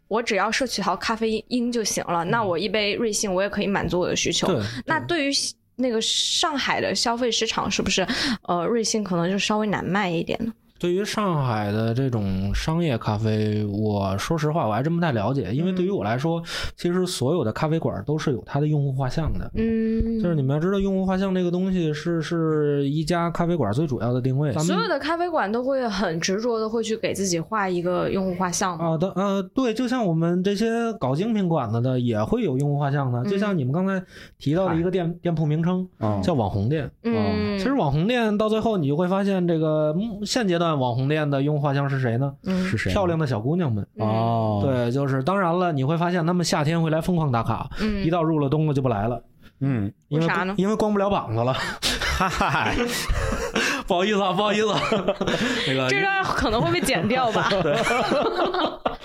Speaker 4: 我只要摄取好咖啡因就行了，那我一杯瑞幸我也可以满足我的需求。
Speaker 3: 对，
Speaker 4: 那对于那个上海的消费市场，是不是呃瑞幸可能就稍微难卖一点呢？
Speaker 3: 对于上海的这种商业咖啡，我说实话我还真不太了解，因为
Speaker 2: 嗯
Speaker 3: 对于我来说，其实所有的咖啡馆都是有它的用户画像的。
Speaker 4: 嗯，
Speaker 3: 就是你们要知道，用户画像这个东西是是一家咖啡馆最主要的定位。咱
Speaker 4: 所
Speaker 3: 们
Speaker 4: 有的咖啡馆都会很执着的会去给自己画一个用户画像吗？
Speaker 3: 啊的呃，对，就像我们这些搞精品馆子的也会有用户画像的，
Speaker 4: 嗯
Speaker 3: 就像你们刚才提到的一个店店铺名称
Speaker 2: 嗯
Speaker 3: 叫网红店。
Speaker 4: 嗯，
Speaker 3: 其实网红店到最后你就会发现，这个嗯现阶段网红店的用户画像是谁呢？
Speaker 4: 嗯
Speaker 2: 是谁呢？
Speaker 3: 漂亮的小姑娘们。
Speaker 2: 哦，，
Speaker 3: 对，就是当然了，你会发现他们夏天会来疯狂打卡，一
Speaker 4: 嗯，
Speaker 3: 到入了冬了就不来了，
Speaker 2: 嗯，
Speaker 3: 因
Speaker 4: 为啥呢
Speaker 3: 因为光不了膀子了。
Speaker 2: 嗨，
Speaker 3: 不好意思啊，不好意思 啊，那个
Speaker 4: 这段可能会被剪掉 吧。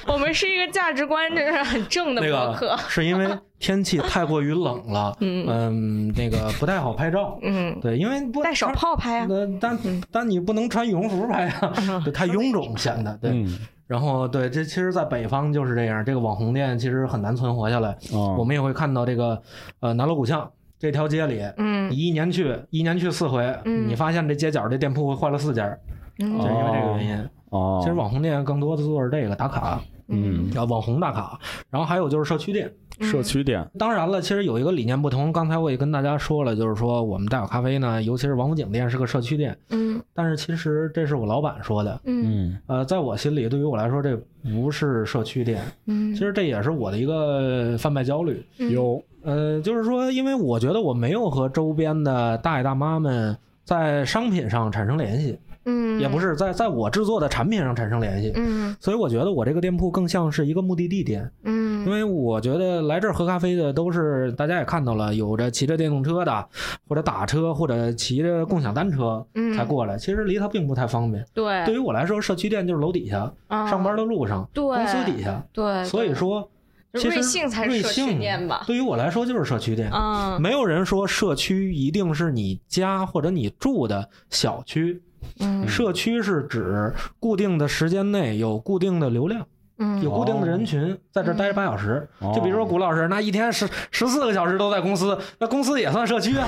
Speaker 4: 我们是一个价值观就是很正的
Speaker 3: 那
Speaker 4: 博
Speaker 3: 个
Speaker 4: 客。
Speaker 3: 是因为天气太过于冷了，
Speaker 4: 嗯
Speaker 3: 嗯，那个不太好拍照。
Speaker 4: 嗯，
Speaker 3: 对，因为不
Speaker 4: 带手
Speaker 3: 穿
Speaker 4: 炮拍啊。嗯
Speaker 3: 那但但你不能穿羽绒服拍啊，对太臃肿显得对。
Speaker 2: 嗯，
Speaker 3: 然后对，这其实，在北方就是这样，这个网红店其实很难存活下来。
Speaker 2: 哦
Speaker 3: 我们也会看到这个呃南锣鼓巷这条街里，
Speaker 4: 嗯
Speaker 3: 你一年去一年去四回，
Speaker 4: 嗯
Speaker 3: 你发现这街角这店铺会换了四家，就
Speaker 4: 嗯
Speaker 3: 是因为这个原因。
Speaker 2: 哦，
Speaker 3: 其实网红店更多的做是这个打卡，
Speaker 2: 嗯，
Speaker 3: 啊，网红打卡，然后还有就是社区店。
Speaker 2: 社区店，
Speaker 3: 当然了，其实有一个理念不同，刚才我也跟大家说了，就是说我们大小咖啡呢，尤其是王府井店是个社区店，
Speaker 4: 嗯
Speaker 3: 但是其实这是我老板说的。
Speaker 4: 嗯
Speaker 2: 嗯
Speaker 3: 呃，在我心里，对于我来说，这不是社区店，
Speaker 4: 嗯
Speaker 3: 其实这也是我的一个贩卖焦虑。
Speaker 2: 有
Speaker 3: 呃，就是说，因为我觉得我没有和周边的大爷大妈们在商品上产生联系，
Speaker 4: 嗯，
Speaker 3: 也不是在在我制作的产品上产生联系，
Speaker 4: 嗯
Speaker 3: 所以我觉得我这个店铺更像是一个目的地店。
Speaker 4: 嗯
Speaker 3: 因为我觉得来这儿喝咖啡的都是大家也看到了，有着骑着电动车的，或者打车，或者骑着共享单车
Speaker 4: 嗯
Speaker 3: 才过来。其实离它并不太方便。
Speaker 4: 对
Speaker 3: 对于我来说，社区店就是楼底下、
Speaker 4: 啊
Speaker 3: 上班的路上、
Speaker 4: 对
Speaker 3: 公司底下，
Speaker 4: 对，
Speaker 3: 所以
Speaker 4: 对
Speaker 3: 说
Speaker 4: 就
Speaker 3: 其实
Speaker 4: 瑞幸才是
Speaker 3: 瑞
Speaker 4: 社区
Speaker 3: 幸
Speaker 4: 店吧
Speaker 3: 对于我来说就是社区店。
Speaker 4: 嗯
Speaker 3: 没有人说社区一定是你家或者你住的小区，
Speaker 4: 嗯
Speaker 3: 社区是指固定的时间内有固定的流量。
Speaker 4: 嗯
Speaker 3: 有固定的人群在这儿待八小时。
Speaker 2: 哦
Speaker 3: 就比如说古老师，那一天十十四个小时都在公司，那公司也算社 区啊，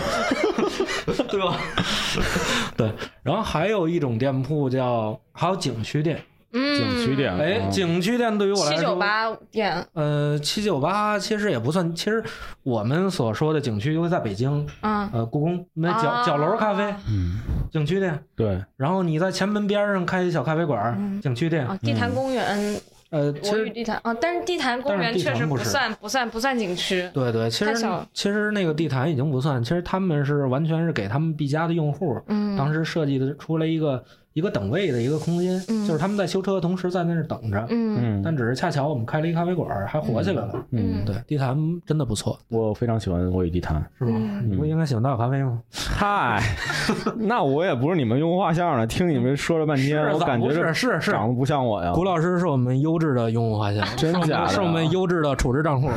Speaker 3: 对吧？ 对。然后还有一种店铺叫，还有景区店。
Speaker 4: 嗯
Speaker 2: 景区店，
Speaker 3: 哎，
Speaker 2: 哦
Speaker 3: 景区店对于我来
Speaker 4: 七
Speaker 3: 说，
Speaker 4: 九八店，
Speaker 3: 呃，七九八其实也不算，其实我们所说的景区，因为在北京，
Speaker 4: 嗯
Speaker 3: 呃，故宫那角、
Speaker 4: 啊
Speaker 3: 角楼咖啡
Speaker 2: 嗯，
Speaker 3: 景区店，
Speaker 2: 对，
Speaker 3: 然后你在前门边上开一小咖啡馆儿，景区店，
Speaker 4: 啊，地坛公园，
Speaker 3: 呃，嗯其
Speaker 4: 我
Speaker 3: 实
Speaker 4: 与地坛啊，但是地坛公园
Speaker 3: 但是地
Speaker 4: 确
Speaker 3: 坛
Speaker 4: 实
Speaker 3: 不
Speaker 4: 不
Speaker 3: 是
Speaker 4: 算不算不算景区，
Speaker 3: 对对，其
Speaker 4: 太
Speaker 3: 实
Speaker 4: 小了
Speaker 3: 其实那个地毯已经不算，其实他们是完全是给他们 B 加的用户，
Speaker 4: 嗯
Speaker 3: 当时设计的出来一个一个等位的一个空间，
Speaker 4: 嗯
Speaker 3: 就是他们在修车的同时在那儿等着。
Speaker 4: 嗯
Speaker 2: 嗯，
Speaker 3: 但只是恰巧我们开了一咖啡馆儿，还活起来了。
Speaker 4: 嗯
Speaker 3: 对，地坛真的不错，
Speaker 2: 我非常喜欢我与地坛。
Speaker 3: 是吧？
Speaker 4: 嗯
Speaker 3: 你不应该喜欢大小咖啡吗？
Speaker 2: 嗨，那我也不是你们用户画像的，听你们说了半天，
Speaker 3: 是
Speaker 2: 我感觉
Speaker 3: 咋
Speaker 2: 这
Speaker 3: 不是是是，
Speaker 2: 长得不像我呀。
Speaker 3: 古老师是我们优质的用户画像，
Speaker 2: 真
Speaker 3: 是我们
Speaker 2: 假的
Speaker 3: 是我们优质的储值账户。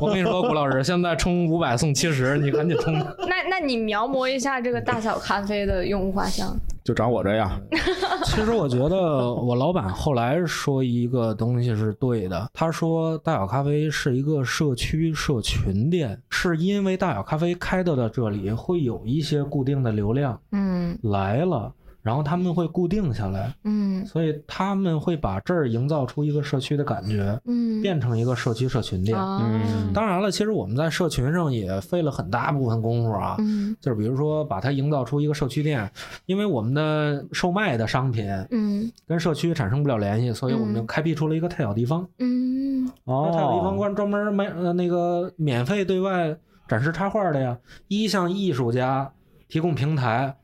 Speaker 3: 我跟你说，古老师现在充五百送七十，你赶紧充。
Speaker 4: 那那你描摹一下这个大小咖啡的用户画像。
Speaker 2: 就长我这样，
Speaker 3: 其实我觉得我老板后来说一个东西是对的，他说大小咖啡是一个社区社群店，是因为大小咖啡开到了这里会有一些固定的流量
Speaker 4: 嗯
Speaker 3: 来了，然后他们会固定下来，
Speaker 4: 嗯
Speaker 3: 所以他们会把这儿营造出一个社区的感觉，
Speaker 4: 嗯，
Speaker 3: 变成一个社区社群店。
Speaker 4: 啊
Speaker 2: 嗯
Speaker 3: 当然了，其实我们在社群上也费了很大部分功夫啊，
Speaker 4: 嗯
Speaker 3: 就是比如说把它营造出一个社区店，因为我们的售卖的商品
Speaker 4: 嗯
Speaker 3: 跟社区产生不了联系，所以我们就开辟出了一个太小地方。
Speaker 4: 嗯
Speaker 3: 那太小地方
Speaker 2: 哦，
Speaker 3: 专专门卖呃那个免费对外展示插画的呀，一向艺术家提供平台，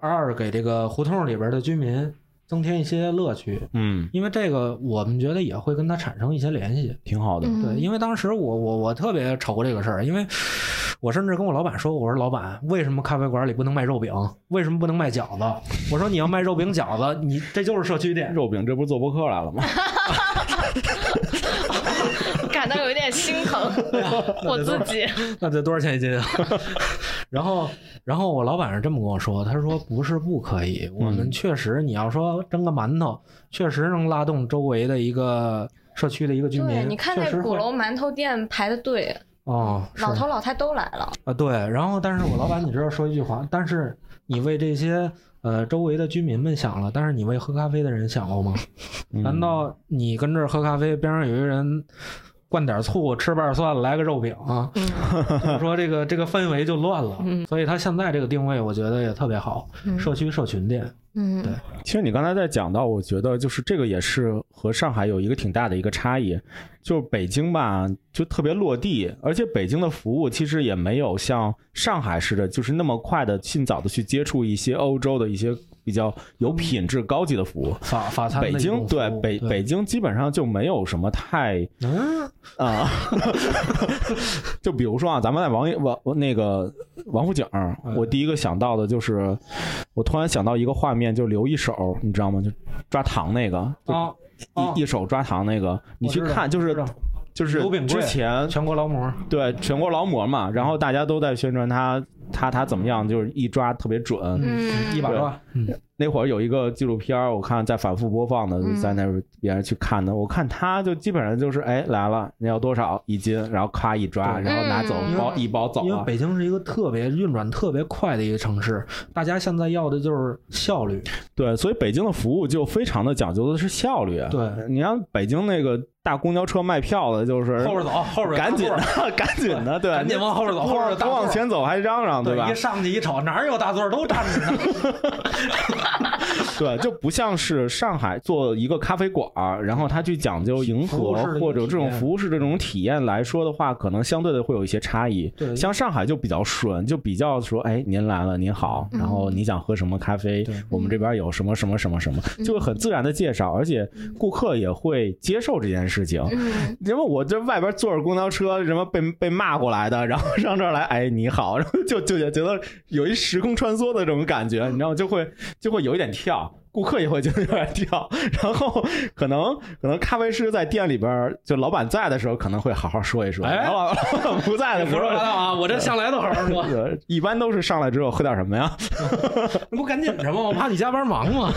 Speaker 3: 二给这个胡同里边的居民增添一些乐趣。
Speaker 2: 嗯，
Speaker 3: 因为这个，我们觉得也会跟它产生一些联系。
Speaker 2: 挺好的。
Speaker 4: 嗯
Speaker 3: 对，因为当时我我我特别愁这个事儿，因为我甚至跟我老板说，我说老板，为什么咖啡馆里不能卖肉饼？为什么不能卖饺子？我说你要卖肉饼饺子，你这就是社区店。
Speaker 2: 肉饼，这不是做播客来了吗？
Speaker 4: 感到有点心疼， 我自己。
Speaker 3: 那得多少钱一斤啊？ 然后，然后我老板是这么跟我说，他说不是不可以，我
Speaker 4: 嗯
Speaker 3: 们确实你要说蒸个馒头，确实能拉动周围的一个社区的一个居
Speaker 4: 对，
Speaker 3: 民。
Speaker 4: 你看
Speaker 3: 确
Speaker 4: 那
Speaker 3: 实会
Speaker 4: 鼓楼馒头店排的队，
Speaker 3: 哦，是
Speaker 4: 老头老太都来了。
Speaker 3: 啊，对，然后但是我老板，你知道说一句话，但是你为这些呃周围的居民们想了，但是你为喝咖啡的人想过吗？
Speaker 2: 嗯
Speaker 3: 难道你跟这儿喝咖啡，边上有一个人灌点醋，吃瓣蒜，来个肉饼啊？ 就是说这个这个氛围就乱了。所以他现在这个定位，我觉得也特别好，社区社群店。
Speaker 4: 嗯
Speaker 3: 对
Speaker 2: 其实你刚才在讲到，我觉得就是这个也是和上海有一个挺大的一个差异，就是北京吧，就特别落地，而且北京的服务其实也没有像上海似的，就是那么快的、尽早的去接触一些欧洲的一些比较有品质、高级的服务。
Speaker 3: 法法嗯餐的
Speaker 2: 北
Speaker 3: 一
Speaker 2: 京
Speaker 3: 种服
Speaker 2: 对
Speaker 3: 务
Speaker 2: 北北京基本上就没有什么太
Speaker 3: 嗯
Speaker 2: 啊， 就比如说啊，咱们在王王那个王府井儿，我第一个想到的就是，我突然想到一个画面，就留一手，你知道吗？就抓糖那个，就
Speaker 3: 啊
Speaker 2: 一、
Speaker 3: 啊，
Speaker 2: 一手抓糖那个，你去
Speaker 3: 知道
Speaker 2: 看，就是
Speaker 3: 知道
Speaker 2: 就是
Speaker 3: 刘秉
Speaker 2: 之
Speaker 3: 贵
Speaker 2: 前
Speaker 3: 全国劳模。
Speaker 2: 对全国劳模嘛，然后大家都在宣传他他他怎么样，就是一抓特别准，
Speaker 4: 嗯
Speaker 3: 一把
Speaker 2: 对
Speaker 3: 抓，嗯
Speaker 2: 那会儿有一个纪录片儿，我看在反复播放的，
Speaker 4: 嗯
Speaker 2: 就在那边去看的。我看他就基本上就是，哎，来了，你要多少一斤，然后咔一抓，
Speaker 3: 对
Speaker 2: 然后拿走
Speaker 4: 嗯
Speaker 2: 包一包走
Speaker 3: 因为
Speaker 2: 了。
Speaker 3: 北京是一个特别运转特别快的一个城市，大家现在要的就是效 率。
Speaker 2: 对，所以北京的服务就非常的讲究的是效率。
Speaker 3: 对
Speaker 2: 你像北京那个大公交车卖票的，就是
Speaker 3: 后边走，后边
Speaker 2: 赶紧
Speaker 3: 的，
Speaker 2: 的， 赶紧的，对，
Speaker 3: 赶紧往后边走，后边有大
Speaker 2: 不
Speaker 3: 座
Speaker 2: 往。前走还嚷嚷，
Speaker 3: 对
Speaker 2: 吧
Speaker 3: 一？上去一瞅，哪儿有大座儿都站着 呢。
Speaker 2: 对，就不像是上海做一个咖啡馆儿，然后他去讲究迎合
Speaker 3: 服务式的一个
Speaker 2: 或者这种
Speaker 3: 体验
Speaker 2: 服务式这种体验来说的话，可能相对的会有一些差异。
Speaker 3: 对
Speaker 2: 像上海就比较顺，就比较说，哎，您来了，您好，然后你想喝什么咖啡
Speaker 3: 对，
Speaker 2: 我们这边有什么什么什么什么，就会很自然的介绍，而且顾客也会接受这件事情。
Speaker 4: 嗯
Speaker 2: 因为我这外边坐着公交车，什么被被骂过来的，然后上这儿来，哎，你好，然后就就也觉得有一时空穿梭的这种感觉，你知道吗？就会就会有一点跳，顾客也会觉得有点跳，然后可能可能咖啡师在店里边儿，就老板在的时候可能会好好说一说，
Speaker 3: 哎
Speaker 2: 老板老板不在的时
Speaker 3: 我
Speaker 2: 候
Speaker 3: 说。拉倒啊，我这向来都好好 说，
Speaker 2: 呃一般都是上来之后喝点什么呀，
Speaker 3: 你不赶紧着吗？我怕你加班忙嘛。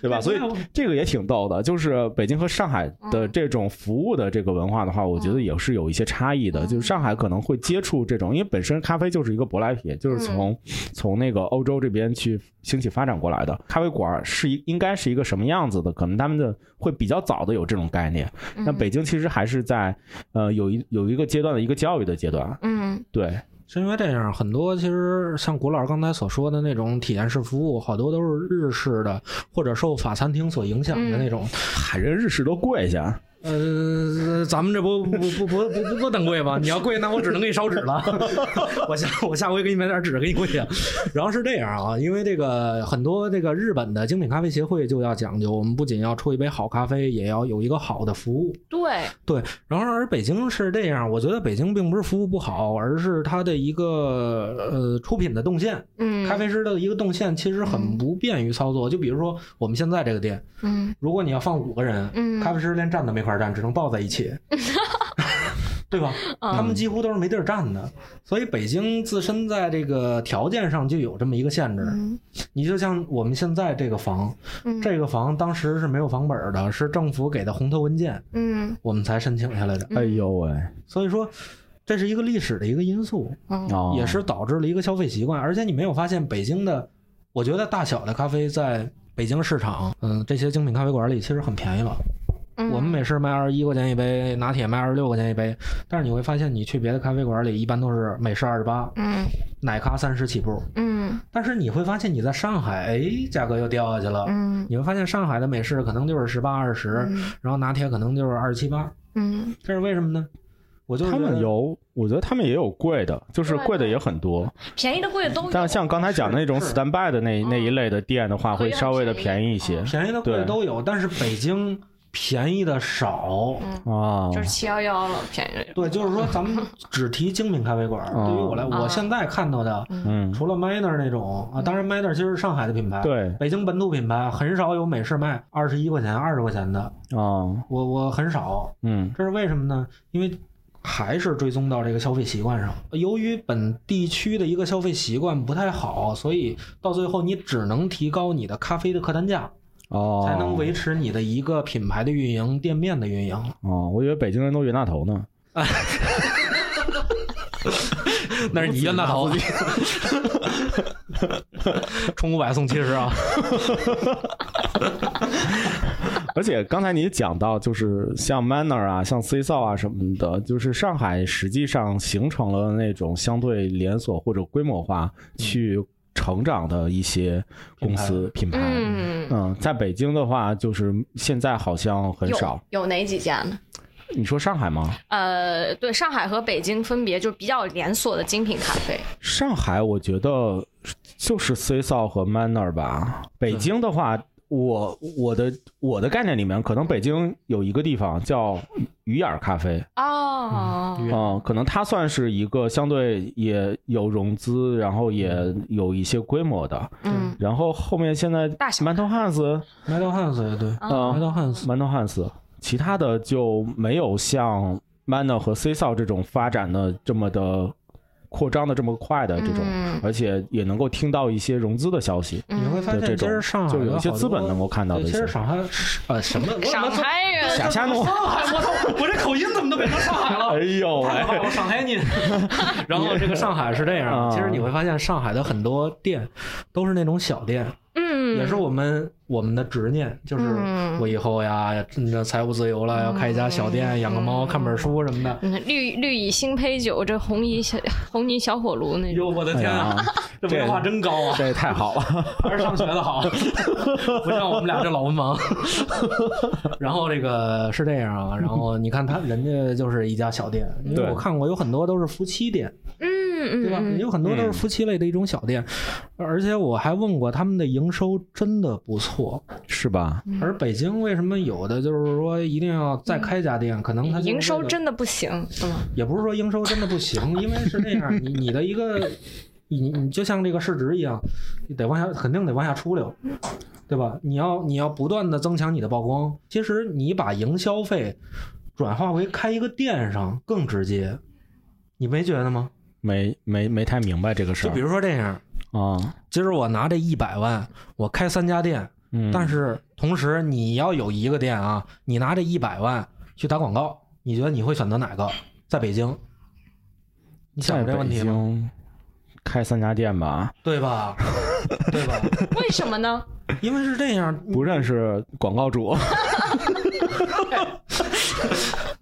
Speaker 2: 对吧？
Speaker 3: 啊
Speaker 2: 所以这个也挺逗的，就是北京和上海的这种服务的这个文化的话，我觉得也是有一些差异的。就是上海可能会接触这种，因为本身咖啡就是一个舶来品，就是从从那个欧洲这边去兴起发展过来的。咖啡馆是一应该是一个什么样子的？可能他们的会比较早的有这种概念。那北京其实还是在呃有一有一个阶段的一个教育的阶段，
Speaker 4: 嗯
Speaker 2: 对，
Speaker 3: 是因为这样，很多其实像古老师刚才所说的那种体验式服务，好多都是日式的，或者受法餐厅所影响的那种。
Speaker 2: 海人日式都跪下，
Speaker 3: 呃，咱们这不不不不不不不等贵吗？你要贵，那我只能给你烧纸了。 我下我下回给你买点纸给你跪下。然后是这样啊，因为这个很多这个日本的精品咖啡协会就要讲究，我们不仅要出一杯好咖啡，也要有一个好的服务。
Speaker 4: 对，
Speaker 3: 对，然后而北京是这样，我觉得北京并不是服务不好，而是它的一个呃出品的动线，
Speaker 4: 嗯，
Speaker 3: 咖啡师的一个动线其实很不便于操作。就比如说我们现在这个店，
Speaker 4: 嗯，
Speaker 3: 如果你要放五个人，
Speaker 4: 嗯
Speaker 3: 咖啡师连站都没法站，只能抱在一起，对吧？他们几乎都是没地儿站的，所以北京自身在这个条件上就有这么一个限制。你就像我们现在这个房，这个房当时是没有房本儿的，是政府给的红头文件，
Speaker 4: 嗯
Speaker 3: 我们才申请下来的。
Speaker 2: 哎呦喂，
Speaker 3: 所以说，这是一个历史的一个因素，
Speaker 4: 嗯
Speaker 2: 哦
Speaker 3: 也是导致了一个消费习惯。而且你没有发现北京的，我觉得大小的咖啡在北京市场，嗯，这些精品咖啡馆里其实很便宜了。
Speaker 4: 嗯
Speaker 3: 我们美式卖二十一块钱一杯，拿铁卖二十六块钱一杯，但是你会发现，你去别的咖啡馆里，一般都是美式二十八，
Speaker 4: 嗯
Speaker 3: 奶咖三十起步。
Speaker 4: 嗯
Speaker 3: 但是你会发现，你在上海，哎，价格又掉下去了。
Speaker 4: 嗯
Speaker 3: 你会发现，上海的美式可能就是十八二十，然后拿铁可能就是二十七八，
Speaker 4: 嗯，
Speaker 3: 这是为什么呢？我就是
Speaker 2: 他
Speaker 3: 觉
Speaker 2: 们
Speaker 3: 得
Speaker 2: 有，我觉得他们也有贵的，就是贵的也很多。
Speaker 4: 便宜的贵的哦都有，哦
Speaker 2: 但像刚才讲的那种
Speaker 3: 是
Speaker 2: stand by 的那那一类的店的话，
Speaker 4: 可以
Speaker 2: 会
Speaker 4: 很
Speaker 2: 稍微的
Speaker 4: 便宜
Speaker 2: 便宜一些
Speaker 3: 便宜的贵的都有，但是北京便宜的少。
Speaker 2: 啊。
Speaker 4: 哦就是七幺幺了，便宜的
Speaker 3: 对，就是说咱们只提精品咖啡馆，
Speaker 2: 哦
Speaker 3: 对于我来，我现在看到的，
Speaker 2: 嗯，
Speaker 3: 除了 Miner 那种啊，当然 Miner 其实是上海的品牌，，
Speaker 2: 对
Speaker 3: 北京本土品牌很少有美式卖二十一块钱、二十块钱的，
Speaker 2: 啊，
Speaker 3: 我我很少，
Speaker 2: 嗯
Speaker 3: 这是为什么呢？因为还是追踪到这个消费习惯上，由于本地区的一个消费习惯不太好，所以到最后你只能提高你的咖啡的客单价，
Speaker 2: 哦，
Speaker 3: 才能维持你的一个品牌的运营、店面的运营。
Speaker 2: 哦，我以为北京人都冤大头呢。
Speaker 3: 那是你冤大头， 充五百送七十啊！
Speaker 2: 而且刚才你讲到，就是像 Manner 啊、像 C 造啊什么的，就是上海实际上形成了那种相对连锁或者规模化
Speaker 4: 嗯
Speaker 2: 去成长的一些公司品牌。
Speaker 4: 嗯，
Speaker 2: 嗯，在北京的话，就是现在好像很
Speaker 4: 有
Speaker 2: 少。
Speaker 4: 有哪几家呢？
Speaker 2: 你说上海吗？
Speaker 4: 呃，对，上海和北京分别就比较连锁的精品咖啡，
Speaker 2: 上海我觉得就是 C 扫和 Manner 吧。北京的话，我我的我的概念里面，可能北京有一个地方叫鱼眼儿咖啡。
Speaker 4: 哦，
Speaker 3: 嗯
Speaker 2: 嗯，可能它算是一个相对也有融资，然后也有一些规模的。
Speaker 4: 嗯，
Speaker 2: 然后后面现在
Speaker 4: 大小
Speaker 2: 馒头汉斯，
Speaker 3: 麦当汉斯也对，麦
Speaker 2: 嗯，
Speaker 3: 当汉斯
Speaker 2: 馒头汉斯，其他的就没有像 Manner 和 C 扫这种发展的这么的扩张的这么快的这种，
Speaker 4: 嗯
Speaker 2: 而且也能够听到一些融资的消息。
Speaker 3: 你会发
Speaker 2: 的这
Speaker 3: 现，其
Speaker 2: 种
Speaker 3: 实上海
Speaker 2: 就有一些
Speaker 3: 好多
Speaker 2: 资本能够看到的
Speaker 3: 对
Speaker 2: 一
Speaker 3: 其
Speaker 2: 些
Speaker 3: 实上海呃什么
Speaker 4: 上海人
Speaker 2: 下下诺，
Speaker 3: 我操！我这口音怎么都变成上海
Speaker 2: 哎
Speaker 3: 了？
Speaker 2: 呦喂、
Speaker 3: 哦太可怕了，我 上海你。然后这个上海是这样，
Speaker 2: 啊
Speaker 3: 其实你会发现上海的很多店都是那种小店，
Speaker 4: 嗯，
Speaker 3: 也是我们我们的执念，就是
Speaker 4: 嗯
Speaker 3: 我以后呀，真的财务自由了，要开一家小店，养个猫，看本书什么的。
Speaker 4: 嗯绿绿蚁新醅酒，这红蚁小红泥小火炉那
Speaker 3: 哟，
Speaker 4: 种，
Speaker 3: 我的
Speaker 2: 哎
Speaker 3: 天
Speaker 2: 呀
Speaker 3: 啊，，这文化真高啊！
Speaker 2: 这也太好了。
Speaker 3: 还是上学的好，不像我们俩这老文盲。然后这个是这样啊，然后你看他人家就是一家小店，因为
Speaker 2: 对
Speaker 3: 我看过有很多都是夫妻店，
Speaker 4: 嗯
Speaker 3: 对吧？
Speaker 4: 嗯
Speaker 3: 有很多都是夫妻类的一种小店，而且我还问过他们的营收真的不错。
Speaker 2: 是吧？
Speaker 4: 嗯
Speaker 3: 而北京为什么有的就是说一定要再开一家店，可能它
Speaker 4: 嗯，
Speaker 3: 就是
Speaker 4: 营收
Speaker 3: 为了
Speaker 4: 真的不 行，是吗？
Speaker 3: 也不是说应收真的 不行，因为是这样，你你的一个，你你就像这个市值一样，你得往下，肯定得往下出溜，对吧？你要你要不断的增强你的曝光，其实你把营销费转化为开一个店上更直接，你没觉得吗？
Speaker 2: 没没没太明白这个事
Speaker 3: 就比
Speaker 2: 儿
Speaker 3: 如说这样，
Speaker 2: 啊，
Speaker 3: 今儿我拿这一百万，我开三家店，
Speaker 2: 嗯，
Speaker 3: 但是同时你要有一个店啊，你拿这一百万去打广告，你觉得你会选择哪个？在北京，你想
Speaker 2: 在
Speaker 3: 过这问
Speaker 2: 北
Speaker 3: 题吗？
Speaker 2: 京开三家店吧，
Speaker 3: 对吧？对吧？
Speaker 4: 为什么呢？
Speaker 3: 嗯因为是这样，
Speaker 2: 不认识广告主，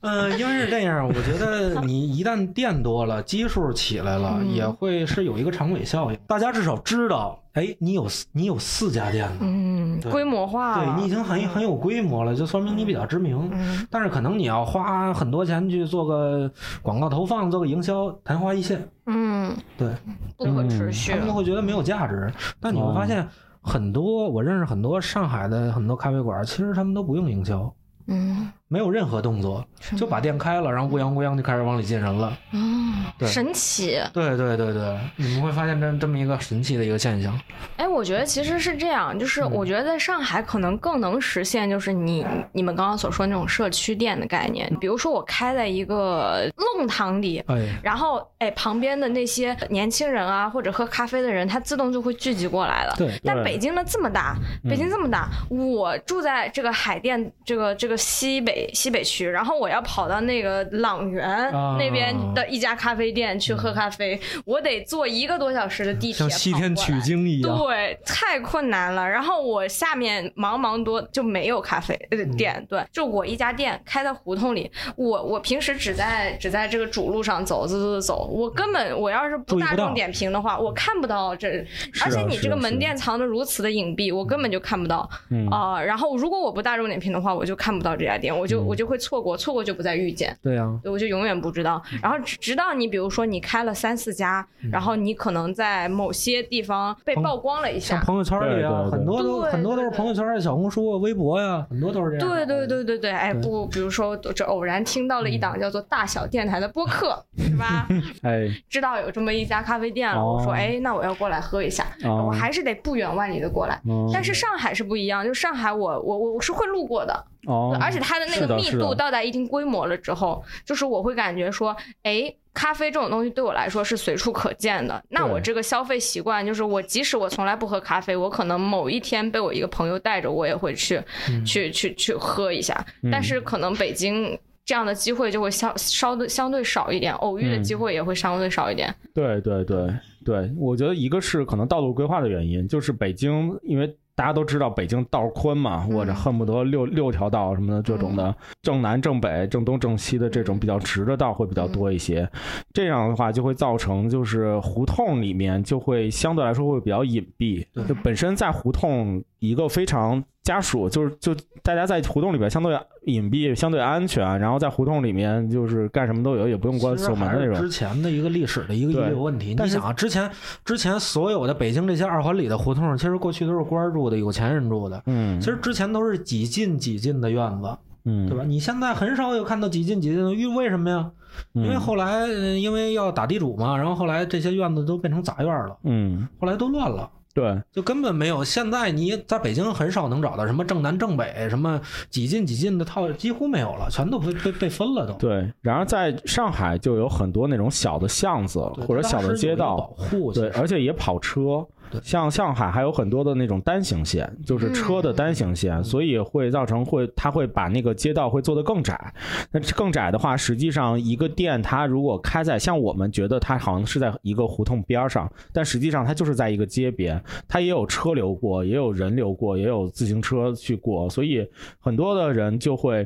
Speaker 3: 嗯，因为是这样，我觉得你一旦店多了，基数起来了，
Speaker 4: 嗯
Speaker 3: 也会是有一个长尾效应。大家至少知道，哎，你有四你有四家店了，
Speaker 4: 嗯，
Speaker 3: 对
Speaker 4: 规模化了，
Speaker 3: 对你已经很很有规模了，就说明你比较知名。
Speaker 4: 嗯
Speaker 3: 但是可能你要花很多钱去做个广告投放，做个营销，昙花一现，
Speaker 4: 嗯，
Speaker 3: 对，
Speaker 4: 不可持续
Speaker 3: 他们就会觉得没有价值。但你会发
Speaker 4: 嗯
Speaker 3: 现，很多我认识很多上海的很多咖啡馆，其实他们都不用营销，
Speaker 4: 嗯，
Speaker 3: 没有任何动作，
Speaker 4: 是
Speaker 3: 就
Speaker 4: 吗
Speaker 3: 把店开了，然后乌泱乌泱就开始往里进人了。
Speaker 4: 嗯
Speaker 3: 对
Speaker 4: 神奇，
Speaker 3: 对对对对，你们会发现这这么一个神奇的一个现象。
Speaker 4: 哎，我觉得其实是这样，就是我觉得在上海可能更能实现，就是你你们刚刚所说那种社区店的概念。比如说我开在一个弄堂里，
Speaker 3: 哎，
Speaker 4: 然后哎旁边的那些年轻人啊，或者喝咖啡的人，他自动就会聚集过来了。
Speaker 3: 对，嗯
Speaker 4: 但北京呢这么大，北京这么大，我住在这个海淀这个这个西北西北区，然后我要跑到那个朗园
Speaker 3: 啊嗯
Speaker 4: 那边的一家咖啡店去喝咖啡，我得坐一个多小时的地铁，
Speaker 3: 像西天取。经一样。
Speaker 4: 对，太困难了。然后我下面茫茫多就没有咖啡呃店，对，就我一家店开在胡同里，我我平时只在只在这个主路上走走走走走，我根本我要是
Speaker 3: 注
Speaker 4: 不
Speaker 3: 意不
Speaker 4: 大
Speaker 3: 到啊
Speaker 4: 众点评的话，我看不到这，
Speaker 2: 啊
Speaker 4: 而且你
Speaker 2: 是
Speaker 4: 这个
Speaker 2: 啊是啊
Speaker 4: 门店藏的如此的隐蔽，我根本就看不到
Speaker 2: 嗯
Speaker 4: 啊、然后如果我不大众点评的话，我就看不到这家店，我就我就会错过，错过就不再遇见。
Speaker 3: 对呀，
Speaker 4: 我就永远不知道。然后直直到你比如说你开了三四家，然后你可能在某些地方被曝光了一
Speaker 3: 像
Speaker 4: 下。
Speaker 3: 朋友圈里
Speaker 2: 对对
Speaker 3: 啊，
Speaker 2: 对
Speaker 3: 很多都
Speaker 4: 对
Speaker 3: 很多都是
Speaker 4: 对对
Speaker 3: 朋友圈、小红书、啊微博呀，很多都是这样。
Speaker 4: 对对对对对，哎
Speaker 3: 啊对
Speaker 4: 不，比如说这偶然听到了一档叫做“大小电台”的播客，是吧？
Speaker 2: 哎，
Speaker 4: 知道有这么一家咖啡店了，我说
Speaker 2: 哦
Speaker 4: 哎，那我要过来喝一下，
Speaker 2: 哦
Speaker 4: 我还是得不远万里的过来。
Speaker 2: 嗯
Speaker 4: 但是上海是不一样，就上海我我我我是会路过的，
Speaker 2: 哦，
Speaker 4: 而且它的那
Speaker 2: 是
Speaker 4: 个
Speaker 2: 的
Speaker 4: 密
Speaker 2: 是的
Speaker 4: 度到达一定规模了之后，就是我会感觉说，哎，咖啡这种东西对我来说是随处可见的。那我
Speaker 2: 对
Speaker 4: 这个消费习惯，就是我即使我从来不喝咖啡，我可能某一天被我一个朋友带着，我也会去、
Speaker 2: 嗯
Speaker 4: 去去去喝一下。但是可能北京。这样的机会就会相稍的相对少一点，偶遇的
Speaker 2: 嗯
Speaker 4: 机会也会相对少一点。
Speaker 2: 对对对对，我觉得一个是可能道路规划的原因，就是北京，因为大家都知道北京道儿宽嘛，或者
Speaker 4: 嗯
Speaker 2: 恨不得六六条道什么的这种
Speaker 3: 嗯
Speaker 2: 的，正南、正北、正东、正西的这种比较直的道会比较
Speaker 3: 嗯
Speaker 2: 多一些。这样的话就会造成就是胡同里面就会相对来说会比较隐蔽，
Speaker 3: 对
Speaker 2: 就本身在胡同一个非常。家属就是就大家在胡同里边相对隐蔽、相对安全，然后在胡同里面就是干什么都有，也不用关
Speaker 3: 其实
Speaker 2: 锁门
Speaker 3: 还
Speaker 2: 的那
Speaker 3: 是
Speaker 2: 种。
Speaker 3: 之前的一个历史的一个遗
Speaker 2: 对
Speaker 3: 留问题。
Speaker 2: 但
Speaker 3: 你
Speaker 2: 是
Speaker 3: 想啊，之前之前所有的北京这些二环里的胡同，其实过去都是官儿住的，有钱人住的。
Speaker 2: 嗯，
Speaker 3: 其实之前都是几进几进的院子，
Speaker 2: 嗯，
Speaker 3: 对吧？你现在很少有看到几进几进的，因为什么呀？因为
Speaker 2: 嗯
Speaker 3: 后来呃因为要打地主嘛，然后后来这些院子都变成杂院了，
Speaker 2: 嗯，
Speaker 3: 后来都乱了。
Speaker 2: 对，
Speaker 3: 就根本没有。现在你在北京很少能找到什么正南正北，什么几进几进的套，几乎没有了，全都被被被分了都。
Speaker 2: 对。然而在上海就有很多那种小的巷子
Speaker 3: 对
Speaker 2: 或者小的街
Speaker 3: 它
Speaker 2: 道，
Speaker 3: 当时有一个保护，
Speaker 2: 对，
Speaker 3: 其实
Speaker 2: 而且也跑车
Speaker 3: 对。
Speaker 2: 像上海还有很多的那种单行线，就是车的单行线，所以会造成会它会把那个街道会做得更窄。那更窄的话，实际上一个店它如果开在像我们觉得它好像是在一个胡同边儿上，但实际上它就是在一个街边，它也有车流过，也有人流过，也有自行车去过，所以很多的人就会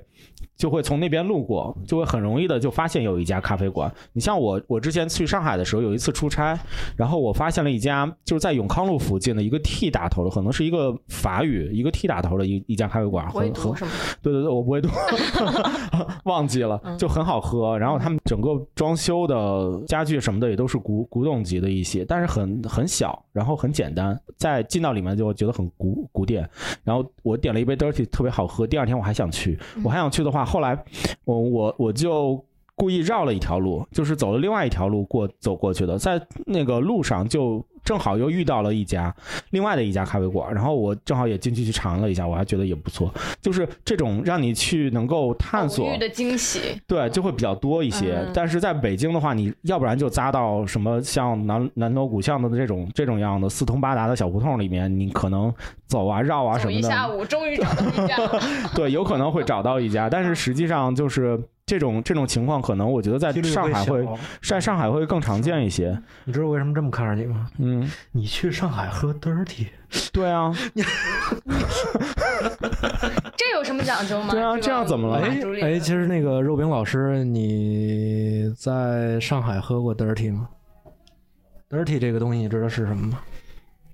Speaker 2: 就会从那边路过，就会很容易的就发现有一家咖啡馆。你像我，我之前去上海的时候，有一次出差，然后我发现了一家就是在永康路附近的一个 T 打头的，可能是一个法语一个 T 打头的一一家咖啡馆，
Speaker 4: 我也
Speaker 2: 很很
Speaker 4: 读什么？
Speaker 2: 对对对，我不会读， 忘记了，就很好喝。然后他们整个装修的家具什么的也都是古古董级的一些，但是很很小，然后很简单，在进到里面就觉得很古古典。然后我点了一杯 dirty，特别好喝。第二天我还想去，我还想去的话，后来我我我就。故意绕了一条路，就是走了另外一条路过走过去的，在那个路上就正好又遇到了一家另外的一家咖啡馆，然后我正好也进去去尝了一下，我还觉得也不错。就是这种让你去能够探索
Speaker 4: 偶遇的惊喜，
Speaker 2: 对，就会比较多一些。
Speaker 4: 嗯
Speaker 2: 但是在北京的话，你要不然就扎到什么像南南锣鼓巷的这种这种样的四通八达的小胡同里面，你可能走啊绕啊什
Speaker 4: 走
Speaker 2: 么
Speaker 4: 一下
Speaker 2: 的，
Speaker 4: 午，终于找到一家 了。
Speaker 2: 对，有可能会找到一家。但
Speaker 4: 嗯
Speaker 2: 是实际上就是这种这种情况，可能我觉得在
Speaker 3: 几率
Speaker 2: 上海
Speaker 3: 小啊
Speaker 2: 会在上海会更常见一些。
Speaker 3: 你知道为什么这么看着你吗？
Speaker 2: 嗯，啊
Speaker 3: 你去上海喝 dirty，
Speaker 2: 对啊，
Speaker 4: 这有什么讲究吗？
Speaker 2: 对啊这样怎么了
Speaker 4: 哎
Speaker 3: 哎哎，其实那个肉饼老师，你在上海喝过 dirty 吗？dirty 这个东西你知道是什么吗？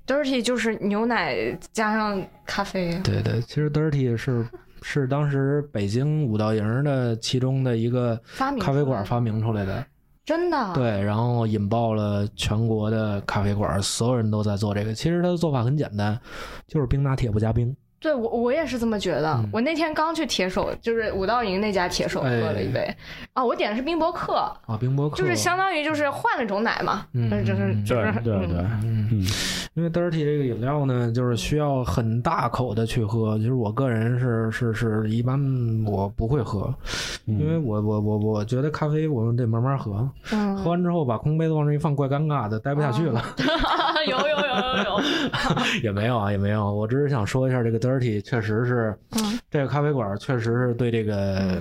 Speaker 4: dirty 就是牛奶加上咖啡，
Speaker 3: 对对，其实 dirty 是是当时北京五道营的其中的一个
Speaker 4: 发明
Speaker 3: 咖
Speaker 4: 出
Speaker 3: 啡
Speaker 4: 来
Speaker 3: 馆
Speaker 4: 的啊
Speaker 3: 发明出来的，
Speaker 4: 真的。
Speaker 3: 对，然后引爆了全国的咖啡馆，所有人都在做这个。其实它的做法很简单，就是冰拿铁不加冰。
Speaker 4: 对我我也是这么觉得。
Speaker 3: 嗯
Speaker 4: 我那天刚去铁手，就是五道营那家铁手喝
Speaker 3: 哎
Speaker 4: 了一杯，啊，我点的是冰博客，
Speaker 3: 啊，冰博客
Speaker 4: 就是相当于就是换了种奶嘛，
Speaker 3: 嗯
Speaker 4: 就是就是就是
Speaker 2: 对对对
Speaker 4: 嗯，
Speaker 3: 嗯，
Speaker 2: 嗯
Speaker 3: 因为 dirty 这个饮料呢，就是需要很大口的去喝。其实我个人是是是一般我不会喝，
Speaker 2: 嗯
Speaker 3: 因为我我我我觉得咖啡我们得慢慢喝，
Speaker 4: 嗯啊
Speaker 3: 喝完之后把空杯子往这一放，怪尴尬的，待不下去了。
Speaker 4: 有有有有有，
Speaker 3: 也没有啊，也没有，我只是想说一下，这个 dirty 确实是，
Speaker 4: 嗯
Speaker 3: 这个咖啡馆确实是对这个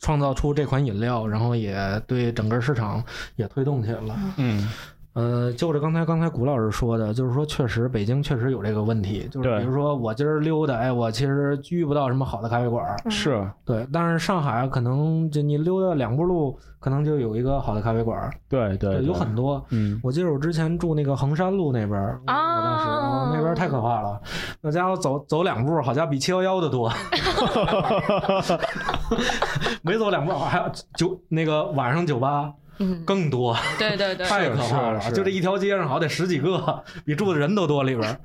Speaker 3: 创造出这款饮料，然后也对整个市场也推动起来了。
Speaker 2: 嗯，
Speaker 3: 呃，就着刚才刚才谷老师说的，就是说确实北京确实有这个问题，就是
Speaker 2: 对
Speaker 3: 比如说我今儿溜达，哎，我其实遇不到什么好的咖啡馆儿，
Speaker 4: 嗯
Speaker 2: 是
Speaker 3: 对，但是上海啊可能就你溜达两步路，可能就有一个好的咖啡馆儿，
Speaker 2: 对对，对
Speaker 3: 有很多。
Speaker 2: 嗯
Speaker 3: 我记得我之前住那个衡山路那边儿，我
Speaker 4: 啊
Speaker 3: 我当时哦那边儿太可怕了，那家伙走走两步，好家伙比七幺幺的多， 没走两步，还有酒那个晚上酒吧
Speaker 4: 嗯，
Speaker 3: 更多。
Speaker 4: 对对对，
Speaker 3: 太可怕了！
Speaker 2: 是是
Speaker 3: 就这一条街上，好歹十几个，比住的人都多里边儿。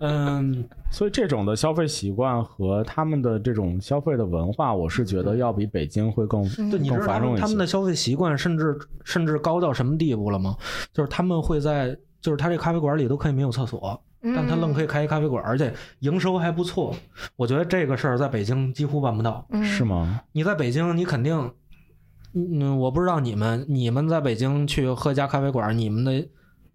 Speaker 3: 嗯，
Speaker 2: 所以这种的消费习惯和他们的这种消费的文化，我是
Speaker 4: 嗯
Speaker 2: 觉得要比北京会更
Speaker 3: 对，你知
Speaker 2: 更
Speaker 3: 道他
Speaker 2: 繁
Speaker 3: 们
Speaker 2: 荣一
Speaker 3: 他们
Speaker 2: 些。
Speaker 3: 的消费习惯，甚至甚至高到什么地步了吗？就是他们会在，就是他这咖啡馆里都可以没有厕所，但他
Speaker 4: 嗯
Speaker 3: 愣可以开一咖啡馆，而且营收还不错。我觉得这个事儿在北京几乎办不到。
Speaker 4: 以
Speaker 2: 是吗？
Speaker 3: 你在北京，你肯定，嗯，我不知道你们，你们在北京去喝家咖啡馆，你们的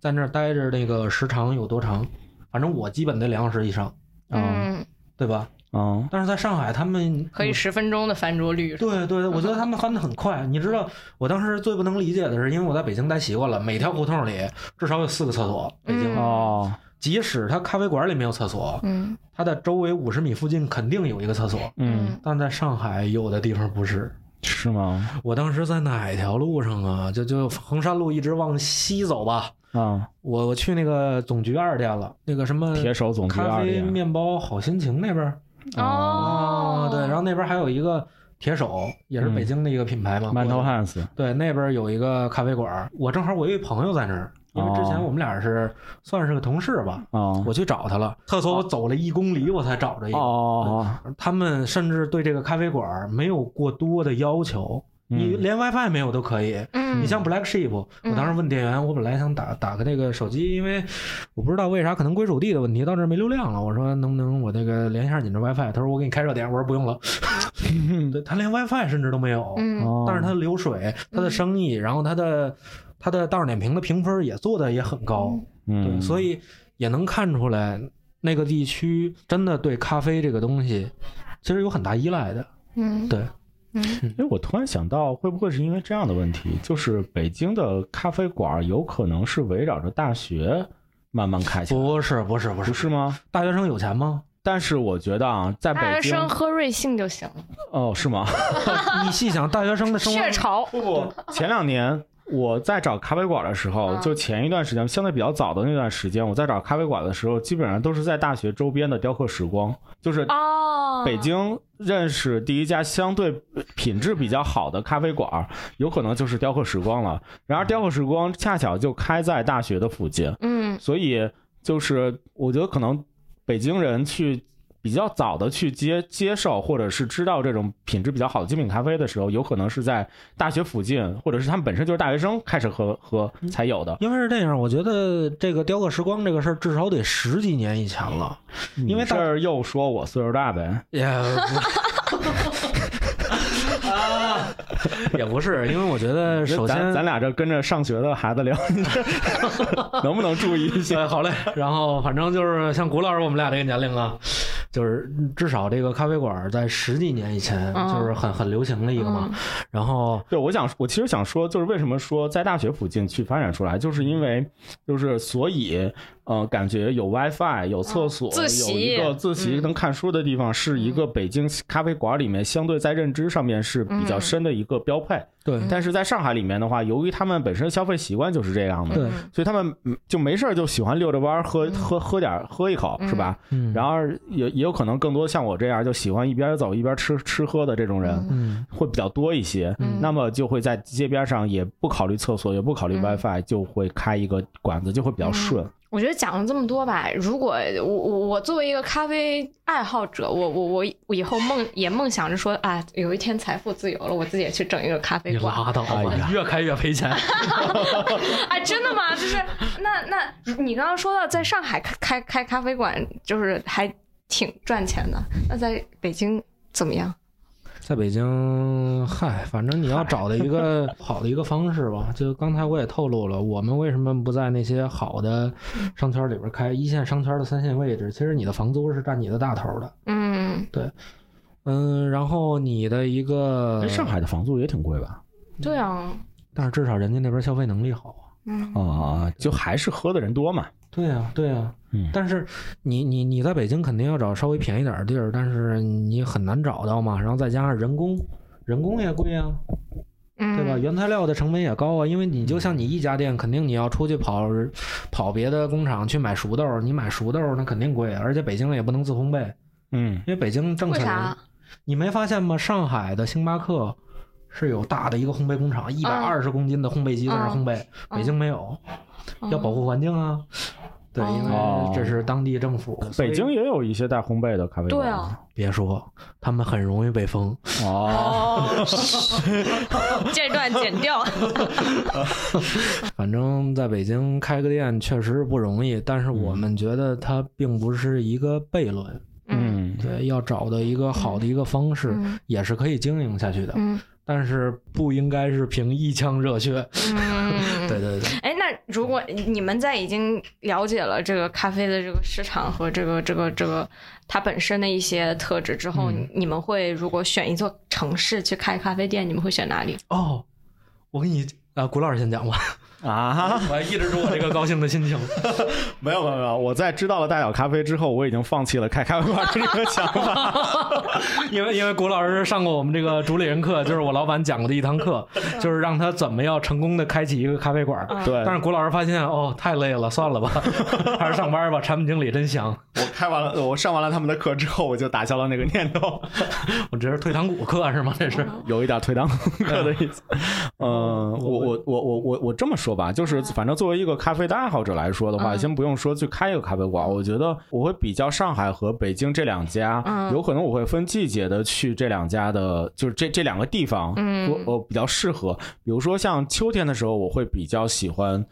Speaker 3: 在那儿待着那个时长有多长？反正我基本得两小时以上，
Speaker 2: 啊
Speaker 4: 嗯，
Speaker 3: 对吧？
Speaker 2: 啊，
Speaker 3: 但是在上海，他们
Speaker 4: 可以嗯十分钟的翻桌率，
Speaker 3: 对对对，我觉得他们翻得很快。你知道，我当时最不能理解的是，因为我在北京待习惯了，每条胡同里至少有四个厕所。北京，
Speaker 4: 嗯
Speaker 2: 哦，
Speaker 3: 即使它咖啡馆里没有厕所，
Speaker 4: 嗯
Speaker 3: 它的周围五十米附近肯定有一个厕所。
Speaker 2: 嗯，
Speaker 3: 但在上海，有的地方不是。
Speaker 2: 是吗？
Speaker 3: 我当时在哪条路上啊？就就衡山路一直往西走吧。
Speaker 2: 啊，
Speaker 3: 我我去那个总局二店了，那个什么
Speaker 2: 铁手总局
Speaker 3: 呃咖
Speaker 2: 二
Speaker 3: 啡
Speaker 2: 店
Speaker 3: 面包好心情那边儿。
Speaker 4: 哦
Speaker 3: 哦，对，然后那边还有一个铁手，也是
Speaker 2: 嗯
Speaker 3: 北京的一个品牌嘛，
Speaker 2: 馒头
Speaker 3: 汉。
Speaker 2: 汉斯，
Speaker 3: 对，那边有一个咖啡馆儿，我正好我一朋友在那儿，因为之前
Speaker 2: 哦
Speaker 3: 我们俩是算是个同事吧，
Speaker 2: 哦
Speaker 3: 我去找他了，厕所我走了一公里我才找着一
Speaker 2: 哦
Speaker 3: 个。
Speaker 2: 哦
Speaker 3: 他们甚至对这个咖啡馆儿没有过多的要求，你
Speaker 2: 嗯
Speaker 3: 连 WiFi 没有都可以。
Speaker 4: 嗯
Speaker 3: 你像 Black Sheep，我当时问店员，我本来想打打个那个手机，因为我不知道为啥，可能归属地的问题，到这儿没流量了。我说能不能我那个连一下你这 WiFi？他说我给你开热点。我说不 用了。对他连 WiFi 甚至都没有，
Speaker 4: 嗯
Speaker 2: 哦，
Speaker 3: 但是它的流水、它的生意，然后它的它的大众点评的评分也做的也很高，对，
Speaker 2: 嗯，
Speaker 3: 所以也能看出来那个地区真的对咖啡这个东西其实有很大依赖的，
Speaker 4: 嗯
Speaker 3: 对，
Speaker 4: 嗯
Speaker 2: 哎，我突然想到，会不会是因为这样的问题，就是北京的咖啡馆有可能是围绕着大学慢慢开起来，
Speaker 3: 不是不是不
Speaker 2: 不
Speaker 3: 是，
Speaker 2: 是吗？
Speaker 3: 大学生有钱吗？
Speaker 2: 但是我觉得啊，在
Speaker 4: 大学
Speaker 2: 北京
Speaker 4: 生喝瑞幸就行了，
Speaker 2: 哦，是吗？
Speaker 3: 你细想，大学生的生活嗯
Speaker 4: 雀巢，
Speaker 2: 不不， 前两年我在找咖啡馆的时候，
Speaker 4: 嗯
Speaker 2: 就前一段时间，相对比较早的那段时间，我在找咖啡馆的时候，基本上都是在大学周边的雕刻时光，就是
Speaker 4: 哦，
Speaker 2: 北京认识第一家相对品质比较好的咖啡馆儿，有可能就是雕刻时光了。然而，雕刻时光恰巧就开在大学的附近，
Speaker 4: 嗯
Speaker 2: 所以就是我觉得可能北京人去比较早的去接接受或者是知道这种品质比较好的精品咖啡的时候，有可能是在大学附近，或者是他们本身就是大学生开始喝喝才有的。
Speaker 3: 因为是这样，我觉得这个雕刻时光这个事儿至少得十几年以前了，因
Speaker 2: 嗯
Speaker 3: 为
Speaker 2: 你这
Speaker 3: 大
Speaker 2: 儿又说我岁数大呗，
Speaker 3: 也不 啊，也不是，因为我觉得首先
Speaker 2: 咱咱俩这跟着上学的孩子聊， 你这能不能注意一些？
Speaker 3: 对，好嘞。然后反正就是像谷老师我们俩这个年龄啊，就是至少这个咖啡馆在十几年以前
Speaker 4: 嗯
Speaker 3: 就是很、很流行的一个嘛。然后
Speaker 2: 对，我想，我其实想说，就是为什么说在大学附近去发展出来，就是因为，就是所以呃，感觉有 WiFi、有厕所、
Speaker 4: 自习
Speaker 2: 有一个自习能看书的地方，是一个北京咖啡馆里面相对在认知上面是比较深的一个标配。
Speaker 3: 对
Speaker 2: 但是在上海里面的话，由于他们本身消费习惯就是这样的，
Speaker 3: 对，
Speaker 2: 所以他们嗯就没事儿就喜欢遛着弯儿喝喝喝点儿喝一口，是吧？
Speaker 3: 嗯
Speaker 2: 然后也也有可能更多像我这样就喜欢一边走一边吃吃喝的这种人，
Speaker 3: 嗯
Speaker 2: 会比较多一些。
Speaker 4: 嗯
Speaker 2: 那么就会在街边上也不考虑厕所，也不考虑
Speaker 4: 嗯
Speaker 2: WiFi，、就会开一个馆子，就会比较顺。
Speaker 4: 我觉得讲了这么多吧，如果我我我作为一个咖啡爱好者，我我我我以后梦也梦想着说啊，有一天财富自由了，我自己也去整一个咖啡
Speaker 3: 你
Speaker 4: 馆。
Speaker 3: 拉倒
Speaker 2: 哎
Speaker 3: 吧
Speaker 2: 呀，
Speaker 3: 越开越赔钱。
Speaker 4: 哎，真的吗？就是那那，你刚刚说到在上海开开开咖啡馆，就是还挺赚钱的。那在北京怎么样？
Speaker 3: 在北京，嗨，反正你要找的一个好的一个方式吧。就刚才我也透露了，我们为什么不在那些好的商圈里边开一线商圈的三线位置？其实你的房租是占你的大头的。
Speaker 4: 嗯，
Speaker 3: 嗯，然后你的一个
Speaker 2: 哎上，海的房租也挺贵吧？
Speaker 4: 对啊，
Speaker 3: 但是至少人家那边消费能力好啊。
Speaker 4: 嗯，
Speaker 2: 啊、就还是喝的人多嘛。
Speaker 3: 对呀、对呀、
Speaker 2: 嗯
Speaker 3: 但是你你你在北京肯定要找稍微便宜点儿的地儿，但是你很难找到嘛。然后再加上人工，人工也贵啊，对
Speaker 4: 对
Speaker 3: 吧？原材料的成本也高啊，因为你就像你一家店，肯定你要出去跑跑别的工厂去买熟豆儿，你买熟豆儿那肯定贵，而且北京也不能自烘焙，
Speaker 2: 嗯，
Speaker 3: 因为北京正
Speaker 4: 为
Speaker 3: 产
Speaker 4: 啥，？
Speaker 3: 你没发现吗？上海的星巴克是有大的一个烘焙工厂，一百二十公斤的烘焙机在那儿烘焙，
Speaker 4: 嗯
Speaker 3: 北京没有，要保护环境啊。对，因
Speaker 2: 哦
Speaker 3: 为这是当地政府。所以
Speaker 2: 北京也有一些带烘焙的咖啡馆。
Speaker 4: 对啊，
Speaker 3: 别说，他们很容易被封。
Speaker 4: 嗯
Speaker 2: 哦，
Speaker 4: 哦， 这段剪掉。
Speaker 3: 反正在北京开个店确实是不容易，但是我们觉得它并不是一个悖论。
Speaker 2: 嗯，
Speaker 3: 对，要找的一个好的一个方式，
Speaker 4: 嗯
Speaker 3: 也是可以经营下去的，
Speaker 4: 嗯
Speaker 3: 但是不应该是凭一腔热血。
Speaker 4: 嗯，
Speaker 3: 对对对。
Speaker 4: 哎，那如果你们在已经了解了这个咖啡的这个市场和这个这个这个它本身的一些特质之后，
Speaker 3: 嗯
Speaker 4: 你们会如果选一座城市去开咖啡店，你们会选哪里？
Speaker 3: 哦，我给你啊，古老师先讲吧，
Speaker 2: 啊，
Speaker 3: 我要抑制住我这个高兴 的心情。
Speaker 2: 没有没有没有，我在知道了大小咖啡之后，我已经放弃了开咖啡馆的这个想法。
Speaker 3: 因为因为谷老师上过我们这个主理人课，就是我老板讲过的一 堂课，就是让他怎么要成功的开启一个咖啡馆
Speaker 4: 嗯
Speaker 3: 儿。
Speaker 2: 对，
Speaker 3: 但是谷老师发现哦，太累了，算了吧， 还是上班吧。产品经理真香，
Speaker 2: 我开完了，我上完了他们的课之后，我就打消了那个念头，
Speaker 3: 我这是退堂鼓课是吗？这是
Speaker 2: 有一点 退堂鼓课的意思。嗯，
Speaker 4: 哦
Speaker 2: 我我我我我我这么说吧，就是反正作为一个咖啡的爱好者来说的话，
Speaker 4: 嗯
Speaker 2: 先不用说去开一个咖啡馆，我觉得我会比较上海和北京这两家，
Speaker 4: 嗯
Speaker 2: 有可能我会分季节的去这两家的，就是这这两个地方，
Speaker 4: 嗯
Speaker 2: 我我呃比较适合。比如说像秋天的时候，我会比较喜欢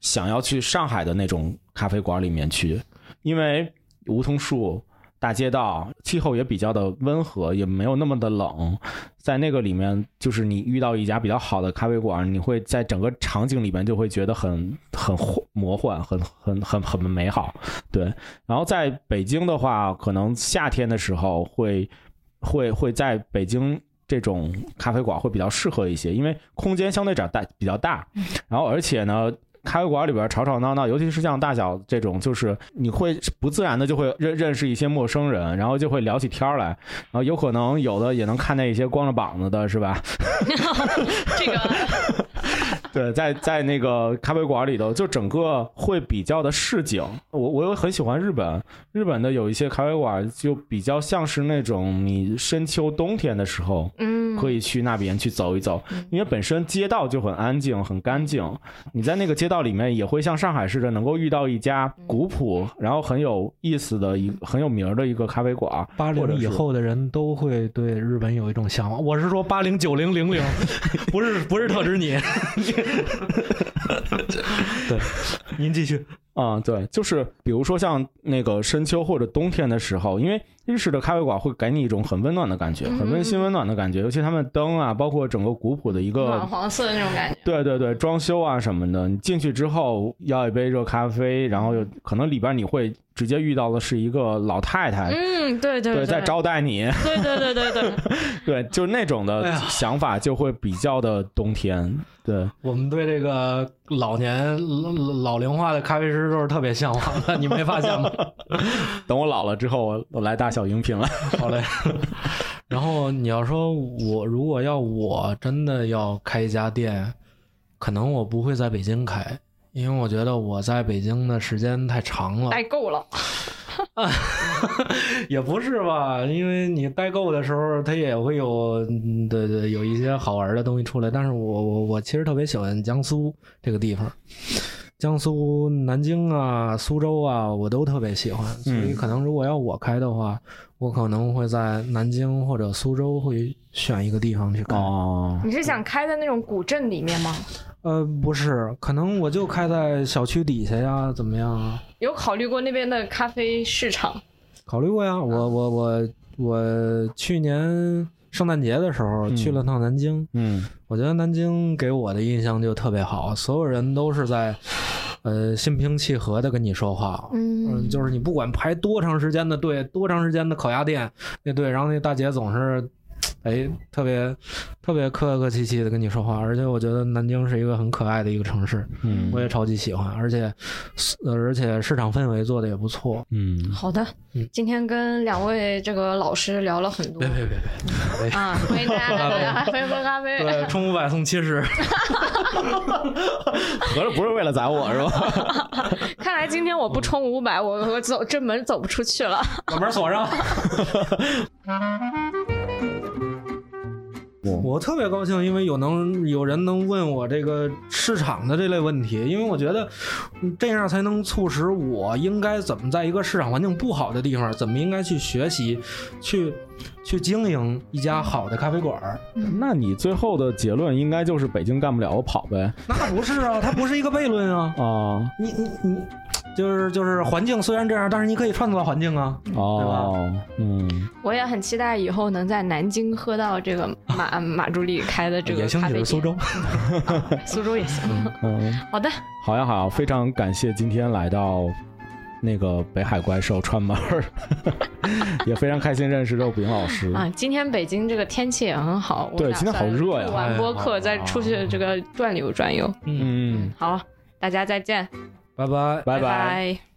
Speaker 2: 想要去上海的那种咖啡馆里面去，因为梧桐树。大街道气候也比较的温和，也没有那么的冷，在那个里面，就是你遇到一家比较好的咖啡馆，你会在整个场景里面就会觉得很很魔幻，很很很很美好。对，然后在北京的话，可能夏天的时候会会会在北京这种咖啡馆会比较适合一些，因为空间相对长大比较大，然后而且呢。咖啡馆里边吵吵闹闹，尤其是像大小这种，就是你会不自然的就会认认识一些陌生人，然后就会聊起天儿来，然后有可能有的也能看见一些光着膀子的，是吧？
Speaker 4: 嗯这个
Speaker 2: 对，在在那个咖啡馆里头，就整个会比较的市井。我我又很喜欢日本，日本的有一些咖啡馆就比较像是那种你深秋冬天的时候
Speaker 4: 嗯
Speaker 2: 可以去那边去走一走，因为本身街道就很安静、很干净。你在那个街道里面也会像上海似的，能够遇到一家古朴，然后很有意思的一很有名儿的一个咖啡馆。
Speaker 3: 八
Speaker 2: 或者
Speaker 3: 零以
Speaker 2: 是
Speaker 3: 后的人都会对日本有一种向往。我是说八零九零零零，不是不是特指你。对，您继续。
Speaker 2: 啊、对，就是比如说像那个深秋或者冬天的时候，因为日式的咖啡馆会给你一种很温暖的感
Speaker 4: 嗯
Speaker 2: 觉，很温馨温暖的感觉，尤其他们灯啊，包括整个古朴的一
Speaker 4: 暖
Speaker 2: 个。
Speaker 4: 黄色的那种感觉。
Speaker 2: 对对对，装修啊什么的，你进去之后要一杯热咖啡，然后有可能里边你会直接遇到的是一个老太太，
Speaker 4: 嗯，对对
Speaker 2: 哎对，在啊招待你，
Speaker 4: 对对对对 对，
Speaker 2: 对，就是那种
Speaker 3: 哎
Speaker 2: 的
Speaker 3: 呀
Speaker 2: 想法就会比较的冬天，对，
Speaker 3: 我们对这个老年老老龄化的咖啡师都是特别向往的，你没发现吗？
Speaker 2: 等我老了之后，我我来大小荧屏 了。
Speaker 3: 好嘞。然后你要说我如果要我真的要开一家店，可能我不会在北京开，因为我觉得我在北京的时间太长了。
Speaker 4: 待够了。
Speaker 3: 也不是吧，因为你代购的时候，它也会有，嗯对对，有一些好玩的东西出来。但是我我我其实特别喜欢江苏这个地方，江苏南京啊、苏州啊，我都特别喜欢。所以可能如果要我开的话，我可能会在南京或者苏州会选一个地方去开。
Speaker 2: 哦，
Speaker 4: 你是想开在那种古镇里面吗？
Speaker 3: 呃，不是，可能我就开在小区底下呀，怎么样啊？
Speaker 4: 有考虑过那边的咖啡市场？
Speaker 3: 考虑过呀，我我我我去年圣诞节的时候去了趟南京。
Speaker 2: 嗯
Speaker 3: 我觉得南京给我的印象就特别好，所有人都是在，呃，心平气和的跟你说话。嗯，就是你不管排多长时间的队，多长时间的烤鸭店那队，然后那大姐总是，哎，特别特别客客气气的跟你说话。而且我觉得南京是一个很可爱的一个城市，
Speaker 2: 嗯
Speaker 3: 我也超级喜欢。而且，呃而且市场氛围做的也不错。
Speaker 2: 嗯，
Speaker 4: 好的，今天跟两位这个老师聊了很多
Speaker 3: 别别别别！
Speaker 4: 啊，欢迎大家来 喝咖啡，喝咖啡。
Speaker 3: 对，充五百送七十，
Speaker 2: 合着不是为了宰我是吧？
Speaker 4: 看来今天我不充五百，我我走这门走不出去了。
Speaker 3: 把门锁上。 我特别高兴，因为有能有人能问我这个市场的这类问题，因为我觉得嗯这样才能促使我应该怎么在一个市场环境不好的地方，怎么应该去学习，去去经营一家好的咖啡馆儿。
Speaker 2: 那你最后的结论应该就是北京干不了，我跑呗。
Speaker 3: 那不是啊，它不是一个悖论啊。
Speaker 2: 哦
Speaker 3: 你你你，就是就是环境虽然这样，但是你可以创造环境啊。
Speaker 2: 哦，嗯，
Speaker 4: 我也很期待以后能在南京喝到这个马马助理开的这个
Speaker 3: 啊也兴
Speaker 4: 咖
Speaker 3: 许
Speaker 4: 啡店，
Speaker 3: 是苏州，
Speaker 4: 苏州也行。
Speaker 2: 嗯，
Speaker 4: 好的，
Speaker 2: 好呀好呀，非常感谢今天来到那个北海怪兽串门儿， 也非常开心认识肉饼老师。
Speaker 3: 哎
Speaker 4: 啊，今天北京这个天气也很好，我
Speaker 2: 对
Speaker 4: 打
Speaker 2: 今天好
Speaker 4: 算
Speaker 2: 热呀
Speaker 4: 录完播
Speaker 3: 哎
Speaker 4: 客再出去这个转悠转悠。
Speaker 2: 嗯，
Speaker 4: 好，大家再见，
Speaker 3: 拜拜。
Speaker 2: 拜
Speaker 4: 拜